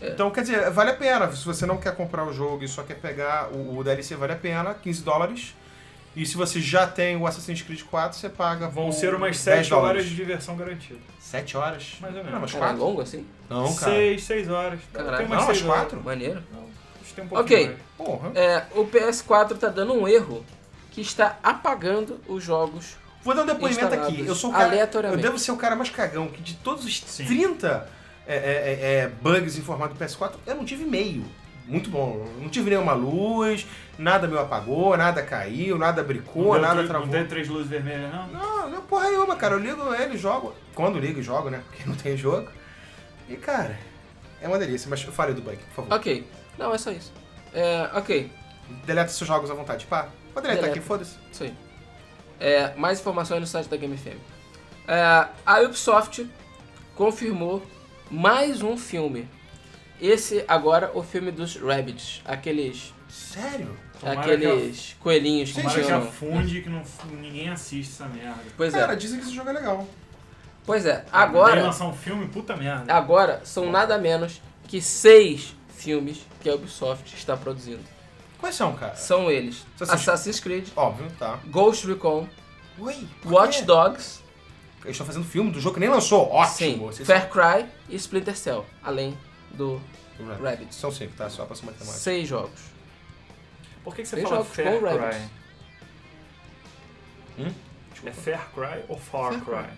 Speaker 2: Então, quer dizer, vale a pena. Se você não quer comprar o jogo e só quer pegar o, o DLC, vale a pena, 15 dólares. E se você já tem o Assassin's Creed 4, você paga.
Speaker 3: Vão
Speaker 2: por
Speaker 3: ser umas
Speaker 2: 10
Speaker 3: 7 horas de
Speaker 2: dólares.
Speaker 3: diversão garantida.
Speaker 2: 7 horas?
Speaker 3: Mais ou menos.
Speaker 2: Não, mas
Speaker 1: Cara, é
Speaker 2: 4?
Speaker 1: longo assim?
Speaker 2: Não, cara.
Speaker 3: 6, 6 horas.
Speaker 1: Caralho.
Speaker 3: Tem umas
Speaker 2: Não, mas
Speaker 3: seis horas.
Speaker 2: 4?
Speaker 1: Maneiro.
Speaker 3: Não, acho que tem um
Speaker 1: Ok.
Speaker 3: pouquinho mais.
Speaker 2: Porra.
Speaker 1: É, o PS4 tá dando um erro que está apagando os jogos
Speaker 2: Vou dar um depoimento
Speaker 1: instalados
Speaker 2: aqui. Eu sou o cara. Eu
Speaker 1: aleatoriamente.
Speaker 2: devo ser o cara mais cagão, que de todos os
Speaker 3: Sim.
Speaker 2: 30 é, é, é, é, bugs em formato PS4, eu não tive meio. Muito bom. Eu Não tive nenhuma luz, nada meu apagou, nada caiu, nada bricou,
Speaker 3: Não deu
Speaker 2: nada
Speaker 3: três-
Speaker 2: travou.
Speaker 3: Não tem três luzes vermelhas, não?
Speaker 2: Não, não é porra nenhuma, cara. Eu ligo ele e jogo. Quando ligo e jogo, né? Porque não tem jogo. E, cara, é uma delícia. Mas fale do bug, por favor.
Speaker 1: Ok. Não, é só isso. É, ok,
Speaker 2: Deleta seus jogos à vontade. Pá, pode deletar
Speaker 1: Deleta.
Speaker 2: aqui, foda-se.
Speaker 1: isso aí. É, mais informações no site da Game FM. É, a Ubisoft confirmou mais um filme. Esse agora o filme dos Rabbits, aqueles
Speaker 2: Sério?
Speaker 3: Tomara
Speaker 1: aqueles coelhinhos que
Speaker 2: Sim,
Speaker 3: Tomara que
Speaker 1: tinham.
Speaker 3: afunde que não, ninguém assiste essa merda.
Speaker 1: Pois
Speaker 2: cara,
Speaker 1: é.
Speaker 2: dizem que esse jogo é legal.
Speaker 1: Pois é.
Speaker 3: Daí
Speaker 1: Agora,
Speaker 3: lançar um filme, puta merda.
Speaker 1: agora são nada menos que seis filmes que a Ubisoft está produzindo.
Speaker 2: Quais são, cara?
Speaker 1: São eles:
Speaker 2: Assassin's-
Speaker 1: Assassin's Creed,
Speaker 2: Óbvio, tá.
Speaker 1: Ghost Recon,
Speaker 2: Oi,
Speaker 1: Watch Dogs,
Speaker 2: Eles estão fazendo filme do jogo que nem lançou.
Speaker 1: Sim,
Speaker 2: Ótimo. Vocês
Speaker 1: Far Cry e Splinter Cell, além do
Speaker 2: são- Rabbit.
Speaker 1: Rabbit.
Speaker 2: São cinco, tá? Só pra ser matemática.
Speaker 1: seis jogos.
Speaker 3: Por que, que você
Speaker 1: Tem
Speaker 3: fala
Speaker 1: jogos
Speaker 3: Fair
Speaker 1: com
Speaker 3: Cry?
Speaker 1: Rabbids.
Speaker 2: Hum?
Speaker 3: É Fair Cry ou Far
Speaker 1: Fair
Speaker 3: Cry?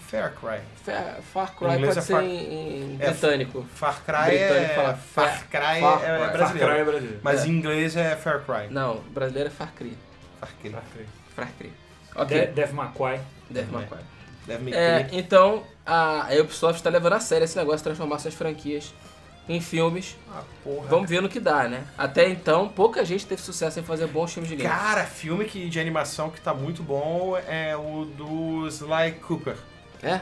Speaker 2: Far Cry.
Speaker 1: Fa- Far
Speaker 2: Em
Speaker 1: Cry
Speaker 2: inglês
Speaker 1: pode
Speaker 2: é
Speaker 1: ser
Speaker 2: Far-
Speaker 1: em, em
Speaker 2: é,
Speaker 1: britânico.
Speaker 2: Far Cry
Speaker 1: Britânico
Speaker 2: é...
Speaker 1: fala
Speaker 2: Far Cry é-
Speaker 1: Far
Speaker 2: é
Speaker 1: Cry.
Speaker 3: Far Cry
Speaker 2: brasileiro.
Speaker 3: é brasileiro.
Speaker 2: Mas
Speaker 1: É.
Speaker 2: em inglês é Far Cry.
Speaker 1: Não, brasileiro é Far Cry.
Speaker 2: Far Cry.
Speaker 3: Far Cry.
Speaker 1: Far Cry.
Speaker 3: De-
Speaker 1: Ok,
Speaker 3: Dev McQuay.
Speaker 1: Devil May
Speaker 2: É.
Speaker 1: Cry.
Speaker 2: Deve me
Speaker 1: É,
Speaker 2: crer.
Speaker 1: então, a a Ubisoft está levando a sério esse negócio de transformar suas franquias em filmes.
Speaker 2: Ah, porra.
Speaker 1: Vamos ver no que dá, né? Até então, pouca gente teve sucesso em fazer bons filmes de games.
Speaker 2: Cara, filme que, de animação que tá muito bom é o do Sly Cooper.
Speaker 1: É?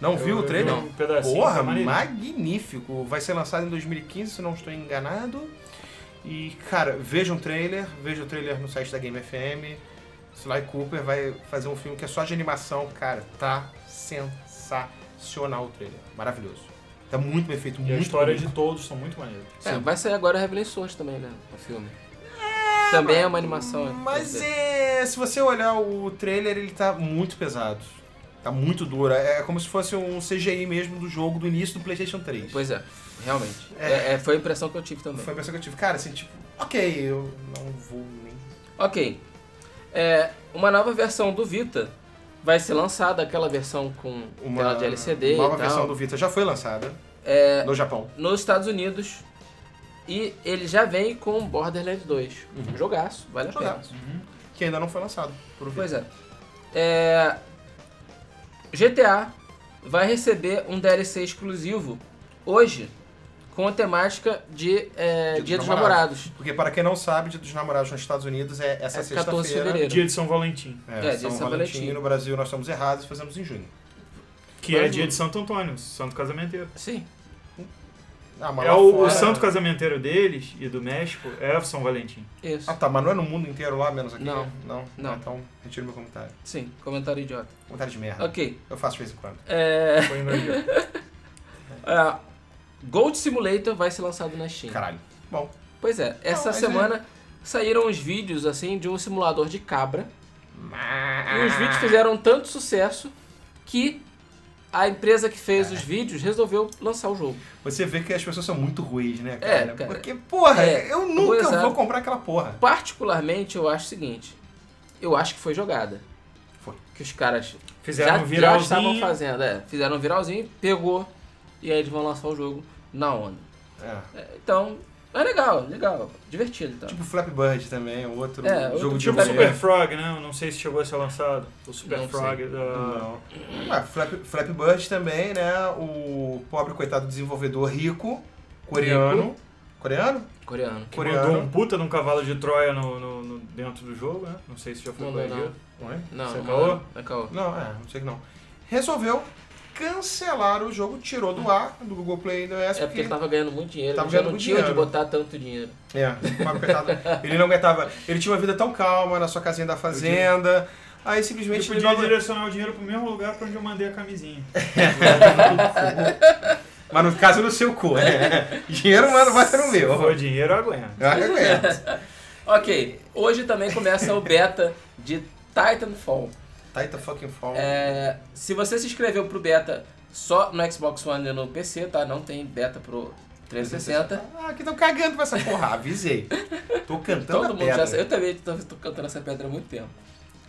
Speaker 2: Não viu o trailer?
Speaker 1: não.
Speaker 3: Um pedacinho.
Speaker 2: Porra,
Speaker 3: tá maneiro.
Speaker 2: magnífico! Vai ser lançado em 2015, se não estou enganado. E, cara, veja um trailer, veja o trailer no site da Game FM. Sly Cooper vai fazer um filme que é só de animação, cara. Tá sensacional o trailer. Maravilhoso. Tá muito bem feito,
Speaker 3: E a
Speaker 2: muito
Speaker 3: história
Speaker 2: bonito.
Speaker 3: de todos são muito maneiras.
Speaker 1: É,
Speaker 2: Sim.
Speaker 1: vai sair agora Revelações também, né? O filme. também é uma animação. quer
Speaker 2: Ah, Mas
Speaker 1: dizer.
Speaker 2: é, se você olhar o trailer, ele tá muito pesado. Tá muito duro. É como se fosse um CGI mesmo do jogo do início do PlayStation 3.
Speaker 1: Pois é, realmente.
Speaker 2: É.
Speaker 1: É, é, foi a impressão que eu tive também.
Speaker 2: Foi a impressão que eu tive. Cara, assim, tipo, ok, eu não vou nem.
Speaker 1: Ok. É, uma nova versão do Vita vai ser lançada aquela versão com tela de LCD
Speaker 2: nova
Speaker 1: e tal. É.
Speaker 2: versão do Vita já foi lançada no Japão.
Speaker 1: nos Estados Unidos. E ele já vem com Borderlands 2. Jogaço, vale a pena.
Speaker 2: Uhum. Jogaço. Que ainda não foi lançado um pro Vita.
Speaker 1: Pois é. É, GTA vai receber um DLC exclusivo hoje com a temática de é,
Speaker 2: Dia
Speaker 1: Dia,
Speaker 2: dos
Speaker 1: dos
Speaker 2: Namorados.
Speaker 1: Namorados.
Speaker 2: Porque para quem não sabe, Dia dos Namorados nos Estados Unidos é essa
Speaker 1: É 14 de
Speaker 2: sexta-feira.
Speaker 1: fevereiro.
Speaker 3: Dia de São Valentim,
Speaker 2: É,
Speaker 1: dia de
Speaker 2: São,
Speaker 1: São
Speaker 2: Valentim.
Speaker 1: Valentim.
Speaker 2: No Brasil nós estamos errados e fazemos em junho.
Speaker 3: que
Speaker 1: Mas
Speaker 3: é
Speaker 1: não-
Speaker 3: dia de Santo Antônio, santo casamenteiro.
Speaker 1: Sim.
Speaker 2: Ah, mas
Speaker 3: É
Speaker 2: lá
Speaker 3: o,
Speaker 2: fora-
Speaker 3: o
Speaker 1: né?
Speaker 3: santo casamenteiro deles e do México é São Valentim.
Speaker 1: Isso.
Speaker 2: Ah tá, mas não é no mundo inteiro lá, menos aqui?
Speaker 1: Não.
Speaker 2: Não?
Speaker 1: Não.
Speaker 2: Então, retiro meu comentário.
Speaker 1: Sim, comentário idiota.
Speaker 2: Comentário de merda.
Speaker 1: Ok.
Speaker 2: Eu faço de vez em quando.
Speaker 1: É,
Speaker 3: Foi invadido.
Speaker 1: ah, Gold Simulator vai ser lançado na Steam.
Speaker 2: Caralho. Bom,
Speaker 1: Pois é, essa
Speaker 2: mas é-
Speaker 1: semana saíram uns vídeos assim de um simulador de cabra. E
Speaker 3: Ah.
Speaker 1: os
Speaker 2: Ah,
Speaker 1: vídeos fizeram tanto sucesso que a empresa que fez
Speaker 3: É.
Speaker 1: os vídeos resolveu lançar o jogo.
Speaker 2: você vê que as pessoas são muito ruins, né, cara?
Speaker 1: É, cara.
Speaker 2: Porque, porra,
Speaker 1: É,
Speaker 2: eu nunca
Speaker 1: exato.
Speaker 2: vou comprar aquela porra.
Speaker 1: Particularmente, eu acho o seguinte: eu acho que foi jogada.
Speaker 2: Foi.
Speaker 1: Que os caras já,
Speaker 3: Fizeram um
Speaker 1: já estavam
Speaker 3: viralzinho.
Speaker 1: fazendo. É, fizeram um viralzinho, pegou, e aí eles vão lançar o jogo na onda.
Speaker 2: É.
Speaker 1: É, Então, é legal, legal, divertido. Então.
Speaker 2: Tipo Flap Bird também, um outro
Speaker 1: É, outro
Speaker 2: jogo
Speaker 3: Tipo
Speaker 2: de
Speaker 1: Tá
Speaker 3: Super
Speaker 2: Super...
Speaker 3: Frog, né? Eu Não sei se chegou a ser lançado. O Super
Speaker 1: Não
Speaker 3: Frog da.
Speaker 2: Não. Ah, Flap, Flap Bird também, né? O pobre coitado desenvolvedor rico, coreano. Coreano?
Speaker 1: Coreano.
Speaker 3: Que
Speaker 2: Coreano.
Speaker 3: mandou um puta num cavalo de Troia no, no- no- dentro do jogo, né? Não sei se já foi
Speaker 1: Não, não,
Speaker 3: corrigido.
Speaker 2: Oi?
Speaker 1: Não,
Speaker 3: Você
Speaker 1: não,
Speaker 3: caô?
Speaker 1: não é caô.
Speaker 2: Não, é, não sei que não. Resolveu cancelar o jogo, tirou do ar, do Google Play e do ES,
Speaker 1: É porque ele tava ganhando muito dinheiro,
Speaker 2: Tava
Speaker 1: já
Speaker 2: ganhando
Speaker 1: não
Speaker 2: muito
Speaker 1: tinha onde
Speaker 2: dinheiro.
Speaker 1: botar tanto dinheiro.
Speaker 2: É, o pobre coitado, ele não aguentava. Ele tinha uma vida tão calma na sua casinha da fazenda. Aí
Speaker 3: Eu
Speaker 2: simplesmente ele
Speaker 3: podia
Speaker 2: não...
Speaker 3: direcionar o dinheiro pro mesmo lugar pra onde eu mandei a camisinha.
Speaker 2: Mas no caso no seu cu, né? Dinheiro mano, vai ser no meu.
Speaker 3: Se for dinheiro, eu aguento.
Speaker 2: Eu aguento.
Speaker 1: Ok, hoje também começa o beta de Titanfall.
Speaker 2: Taita Tá fucking fall.
Speaker 1: É, se você se inscreveu pro beta só no Xbox One e no PC, tá? Não tem beta pro 360.
Speaker 2: Ah, que tão cagando pra essa porra, avisei. Tô cantando
Speaker 1: Todo
Speaker 2: a
Speaker 1: mundo já
Speaker 2: pedra.
Speaker 1: sabe. Eu também tô, tô cantando essa pedra há muito tempo.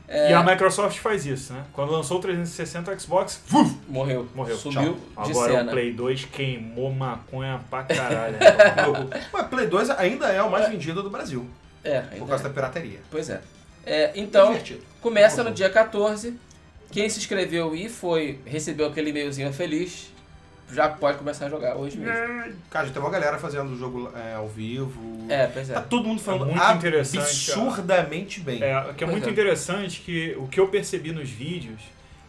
Speaker 1: É.
Speaker 3: E a Microsoft faz isso, né? Quando lançou o 360 o Xbox, vuf,
Speaker 1: Morreu.
Speaker 3: morreu.
Speaker 1: Sumiu
Speaker 3: Tchau.
Speaker 1: de
Speaker 2: é um
Speaker 3: Agora
Speaker 1: cena.
Speaker 3: o Play 2 queimou maconha pra caralho. né?
Speaker 2: Mas Play 2 ainda é o mais vendido do Brasil,
Speaker 1: É,
Speaker 2: por
Speaker 1: ainda
Speaker 2: causa
Speaker 1: é.
Speaker 2: da pirataria.
Speaker 1: Pois é. É, Então,
Speaker 2: Divertido.
Speaker 1: começa no dia 14. Quem se inscreveu e foi, recebeu aquele e-mailzinho feliz, já pode começar a jogar hoje mesmo.
Speaker 2: Cara, já tem uma galera fazendo o jogo é, ao vivo.
Speaker 1: É, pois
Speaker 2: Tá
Speaker 1: é.
Speaker 2: todo mundo falando
Speaker 3: É muito interessante,
Speaker 2: absurdamente bem.
Speaker 3: É, o que é
Speaker 1: Pois
Speaker 3: muito
Speaker 1: é.
Speaker 3: interessante que o que eu percebi nos vídeos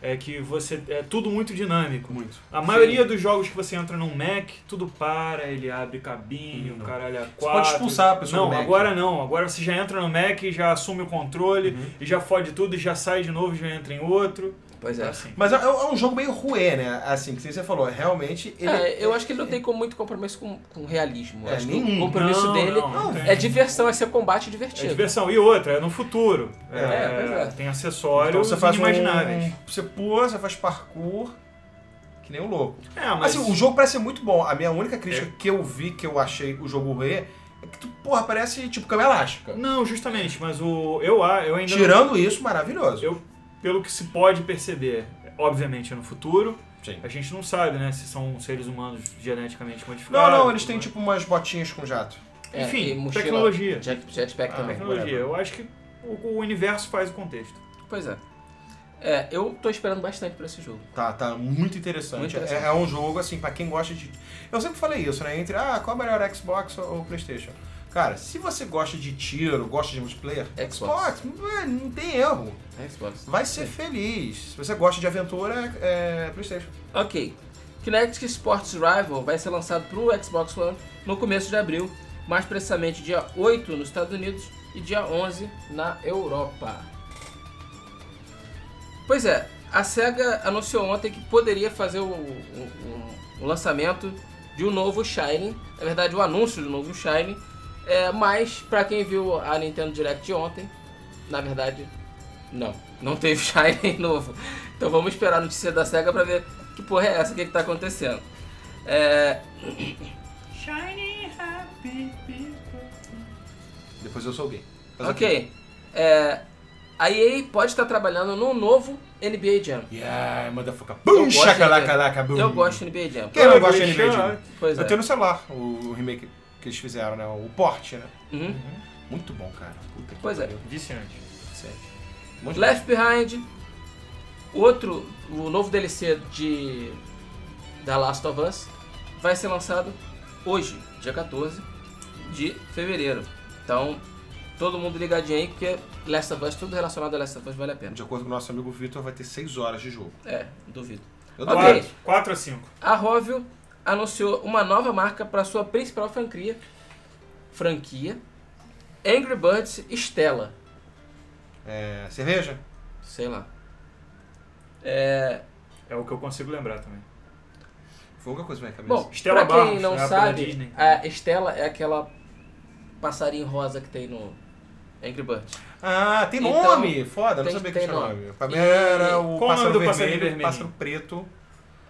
Speaker 3: é que você é tudo muito dinâmico.
Speaker 2: Muito.
Speaker 3: A maioria dos jogos que você entra num Mac, tudo para, ele abre cabine, o
Speaker 2: Não.
Speaker 3: caralho é quatro.
Speaker 2: Uhum. pode expulsar a pessoa
Speaker 3: Não,
Speaker 2: do Mac.
Speaker 3: agora não. Agora você já entra no Mac e já assume o controle,
Speaker 2: Uhum.
Speaker 3: e já fode tudo, e já sai de novo, e já entra em outro.
Speaker 1: Pois é.
Speaker 3: Assim.
Speaker 2: Mas é, é um jogo meio ruê, né? Assim, que você falou, realmente ele.
Speaker 1: É, eu acho que ele não tem como- muito compromisso com, com realismo.
Speaker 2: É,
Speaker 1: acho que
Speaker 2: nenhum.
Speaker 1: o compromisso
Speaker 3: Não,
Speaker 1: dele
Speaker 3: não, não
Speaker 1: é
Speaker 3: tem.
Speaker 1: diversão, é ser combate
Speaker 3: É
Speaker 1: divertido.
Speaker 3: diversão. E outra, é no futuro.
Speaker 2: É,
Speaker 1: pois é.
Speaker 3: Tem acessórios
Speaker 2: então você faz um,
Speaker 3: inimagináveis.
Speaker 2: Você pula, você faz parkour. Que nem um louco.
Speaker 3: É, mas... É.
Speaker 2: Assim, o jogo parece ser muito bom. A minha única crítica que eu vi, que eu achei o jogo ruê, é que tu, porra, parece tipo cama elástica.
Speaker 3: Não, justamente, mas o... Eu, a- eu ainda... não-
Speaker 2: Tirando isso, maravilhoso.
Speaker 3: Eu, pelo que se pode perceber, obviamente é no futuro.
Speaker 2: Sim.
Speaker 3: A gente não sabe, né, se são seres humanos geneticamente
Speaker 2: Não,
Speaker 3: modificados.
Speaker 2: não, eles têm
Speaker 3: mas-
Speaker 2: tipo umas botinhas com jato.
Speaker 1: É,
Speaker 3: Enfim,
Speaker 1: e mochila-
Speaker 3: tecnologia. é.
Speaker 1: Jet, jetpack
Speaker 2: Ah,
Speaker 1: também.
Speaker 3: Tecnologia.
Speaker 2: whatever.
Speaker 3: Eu acho que o, o universo faz o contexto.
Speaker 1: Pois é. É, eu tô esperando bastante pra esse jogo.
Speaker 2: Tá, tá muito interessante.
Speaker 1: Muito interessante.
Speaker 2: É, é um jogo, assim, pra quem gosta de. Eu sempre falei isso, né? Entre, ah, qual é melhor Xbox ou ou PlayStation? Cara, se você gosta de tiro, gosta de multiplayer,
Speaker 1: Xbox.
Speaker 2: é, não tem erro.
Speaker 1: É Xbox. né?
Speaker 2: Vai ser feliz. Se você gosta de aventura, é PlayStation.
Speaker 1: Ok. Kinect Sports Rival vai ser lançado pro Xbox One no começo de abril, mais precisamente dia 8 nos Estados Unidos e dia 11 na Europa. Pois é, a SEGA anunciou ontem que poderia fazer o, o- o- o lançamento de um novo Shining, na verdade o anúncio do novo Shining, é, mas pra quem viu a Nintendo Direct de ontem, na verdade não, não teve Shining novo. Então vamos esperar a notícia da SEGA pra ver que porra é essa, o que, que tá acontecendo. É,
Speaker 3: Shiny happy people.
Speaker 2: Depois eu sou gay. Mas
Speaker 1: ok. É, a EA pode estar trabalhando num novo NBA Jam.
Speaker 2: Yeah, motherfucker.
Speaker 1: Eu
Speaker 2: Bum,
Speaker 1: gosto de
Speaker 2: chacalaca,
Speaker 1: NBA.
Speaker 2: laca, bum.
Speaker 1: Eu gosto de NBA Jam.
Speaker 2: Quem não gosta de
Speaker 3: Deixa-
Speaker 2: NBA?
Speaker 1: Pois é.
Speaker 2: Eu tenho no celular o remake que eles fizeram, né? O porte, né?
Speaker 1: Uhum.
Speaker 2: Muito bom, cara. Puta que
Speaker 1: Pois é.
Speaker 2: pariu.
Speaker 3: Viciante.
Speaker 2: Sério. Muito
Speaker 1: Left Behind, outro, o novo DLC de da Last of Us vai ser lançado hoje, dia 14 de fevereiro. Então, todo mundo ligadinho aí, porque Last of Us, tudo relacionado a Last of Us vale a
Speaker 2: bom.
Speaker 1: pena.
Speaker 2: De acordo com o nosso amigo Vitor, vai ter 6 horas de jogo.
Speaker 1: É, duvido.
Speaker 2: Eu
Speaker 1: Ok.
Speaker 2: duvido.
Speaker 3: 4 a 5.
Speaker 1: A Rovio anunciou uma nova marca para sua principal franquia, franquia Angry Birds Stella.
Speaker 2: É, cerveja?
Speaker 1: Sei lá.
Speaker 3: É o que eu consigo lembrar também.
Speaker 2: Foi alguma coisa na minha cabeça.
Speaker 1: Bom, pra
Speaker 3: Stella
Speaker 1: quem
Speaker 3: Barros,
Speaker 1: não
Speaker 3: na época da
Speaker 1: sabe,
Speaker 3: Disney.
Speaker 1: a Estela é aquela passarinho rosa que tem no Angry Birds.
Speaker 2: ah, tem
Speaker 1: então,
Speaker 2: nome! Foda, não
Speaker 1: tem-
Speaker 2: sabia que
Speaker 1: tem
Speaker 2: tinha
Speaker 1: nome.
Speaker 2: nome. Pra mim era
Speaker 1: E-
Speaker 2: o
Speaker 3: Qual o
Speaker 2: pássaro
Speaker 3: nome do
Speaker 2: vermelho,
Speaker 3: passarinho vermelhinho?
Speaker 2: pássaro preto,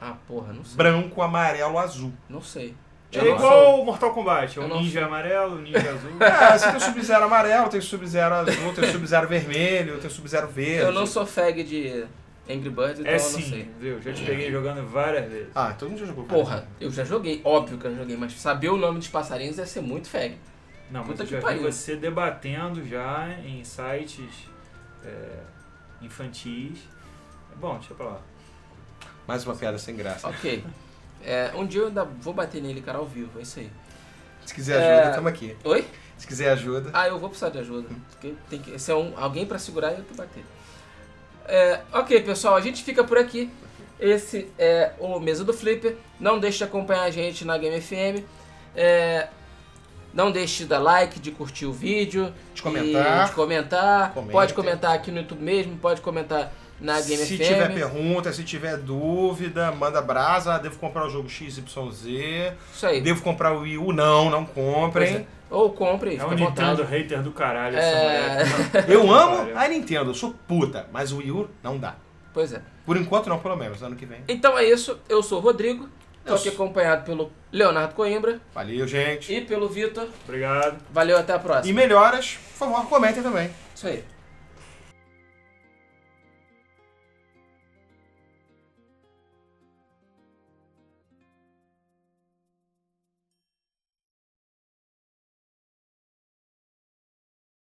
Speaker 1: Ah, porra, não sei.
Speaker 2: branco, amarelo, azul.
Speaker 1: Não sei.
Speaker 3: É
Speaker 1: Eu não sou-
Speaker 3: igual o Mortal Kombat. É
Speaker 1: Eu
Speaker 3: o
Speaker 1: não
Speaker 3: ninja amarelo, o ninja azul. É
Speaker 2: Ah, você tem o Sub-Zero amarelo, tem o Sub-Zero azul, tem o Sub-Zero vermelho, tem o Sub-Zero verde.
Speaker 1: Eu não sou fag de Angry Birds, então
Speaker 3: É
Speaker 1: eu não
Speaker 3: sim,
Speaker 1: sei.
Speaker 3: entendeu? Já te peguei jogando várias vezes.
Speaker 2: Ah, todo mundo já jogou.
Speaker 1: Porra, eu já joguei, óbvio que eu já joguei, mas saber o nome dos passarinhos é ser muito fag.
Speaker 3: Não, mas
Speaker 1: Puta
Speaker 3: eu
Speaker 1: que
Speaker 3: já vi
Speaker 1: pariu.
Speaker 3: você debatendo já em sites é, infantis. Bom, deixa pra lá.
Speaker 2: Mais uma piada sem graça.
Speaker 1: Ok. É, um dia eu ainda vou bater nele, cara, ao vivo, é isso aí.
Speaker 2: Se quiser ajuda,
Speaker 1: É.
Speaker 2: tamo aqui.
Speaker 1: Oi?
Speaker 2: Se quiser ajuda.
Speaker 1: Ah, eu vou precisar de ajuda. Porque tem que, se é um, alguém pra segurar, eu que bater. É, ok, pessoal, a gente fica por aqui. Esse é o Mesa do Flipper. Não deixe de acompanhar a gente na Game FM. É, não deixe de dar like, de curtir o vídeo.
Speaker 2: De
Speaker 1: e
Speaker 2: comentar.
Speaker 1: de comentar.
Speaker 2: Comentem.
Speaker 1: Pode comentar aqui no YouTube mesmo, pode comentar na Game
Speaker 2: se
Speaker 1: FM.
Speaker 2: tiver pergunta, se tiver dúvida, manda brasa. Ah, devo comprar o jogo XYZ.
Speaker 1: Isso aí.
Speaker 2: Devo comprar o Wii U? Não, não comprem.
Speaker 1: Ou compre,
Speaker 3: É
Speaker 1: fica
Speaker 3: um
Speaker 1: à vontade.
Speaker 3: Nintendo hater do caralho essa
Speaker 1: É.
Speaker 3: mulher.
Speaker 2: Eu amo a Nintendo, eu sou puta, mas o Wii U não dá.
Speaker 1: Pois é.
Speaker 2: Por enquanto não, pelo menos, ano que vem.
Speaker 1: Então é isso. Eu sou o Rodrigo. Tô
Speaker 2: Eu
Speaker 1: aqui
Speaker 2: sou-
Speaker 1: acompanhado pelo Leonardo Coimbra
Speaker 2: Valeu, gente.
Speaker 1: e pelo Vitor.
Speaker 3: Obrigado.
Speaker 1: Valeu, até a
Speaker 2: E
Speaker 1: próxima.
Speaker 2: melhoras, por favor, comentem também.
Speaker 1: Isso aí.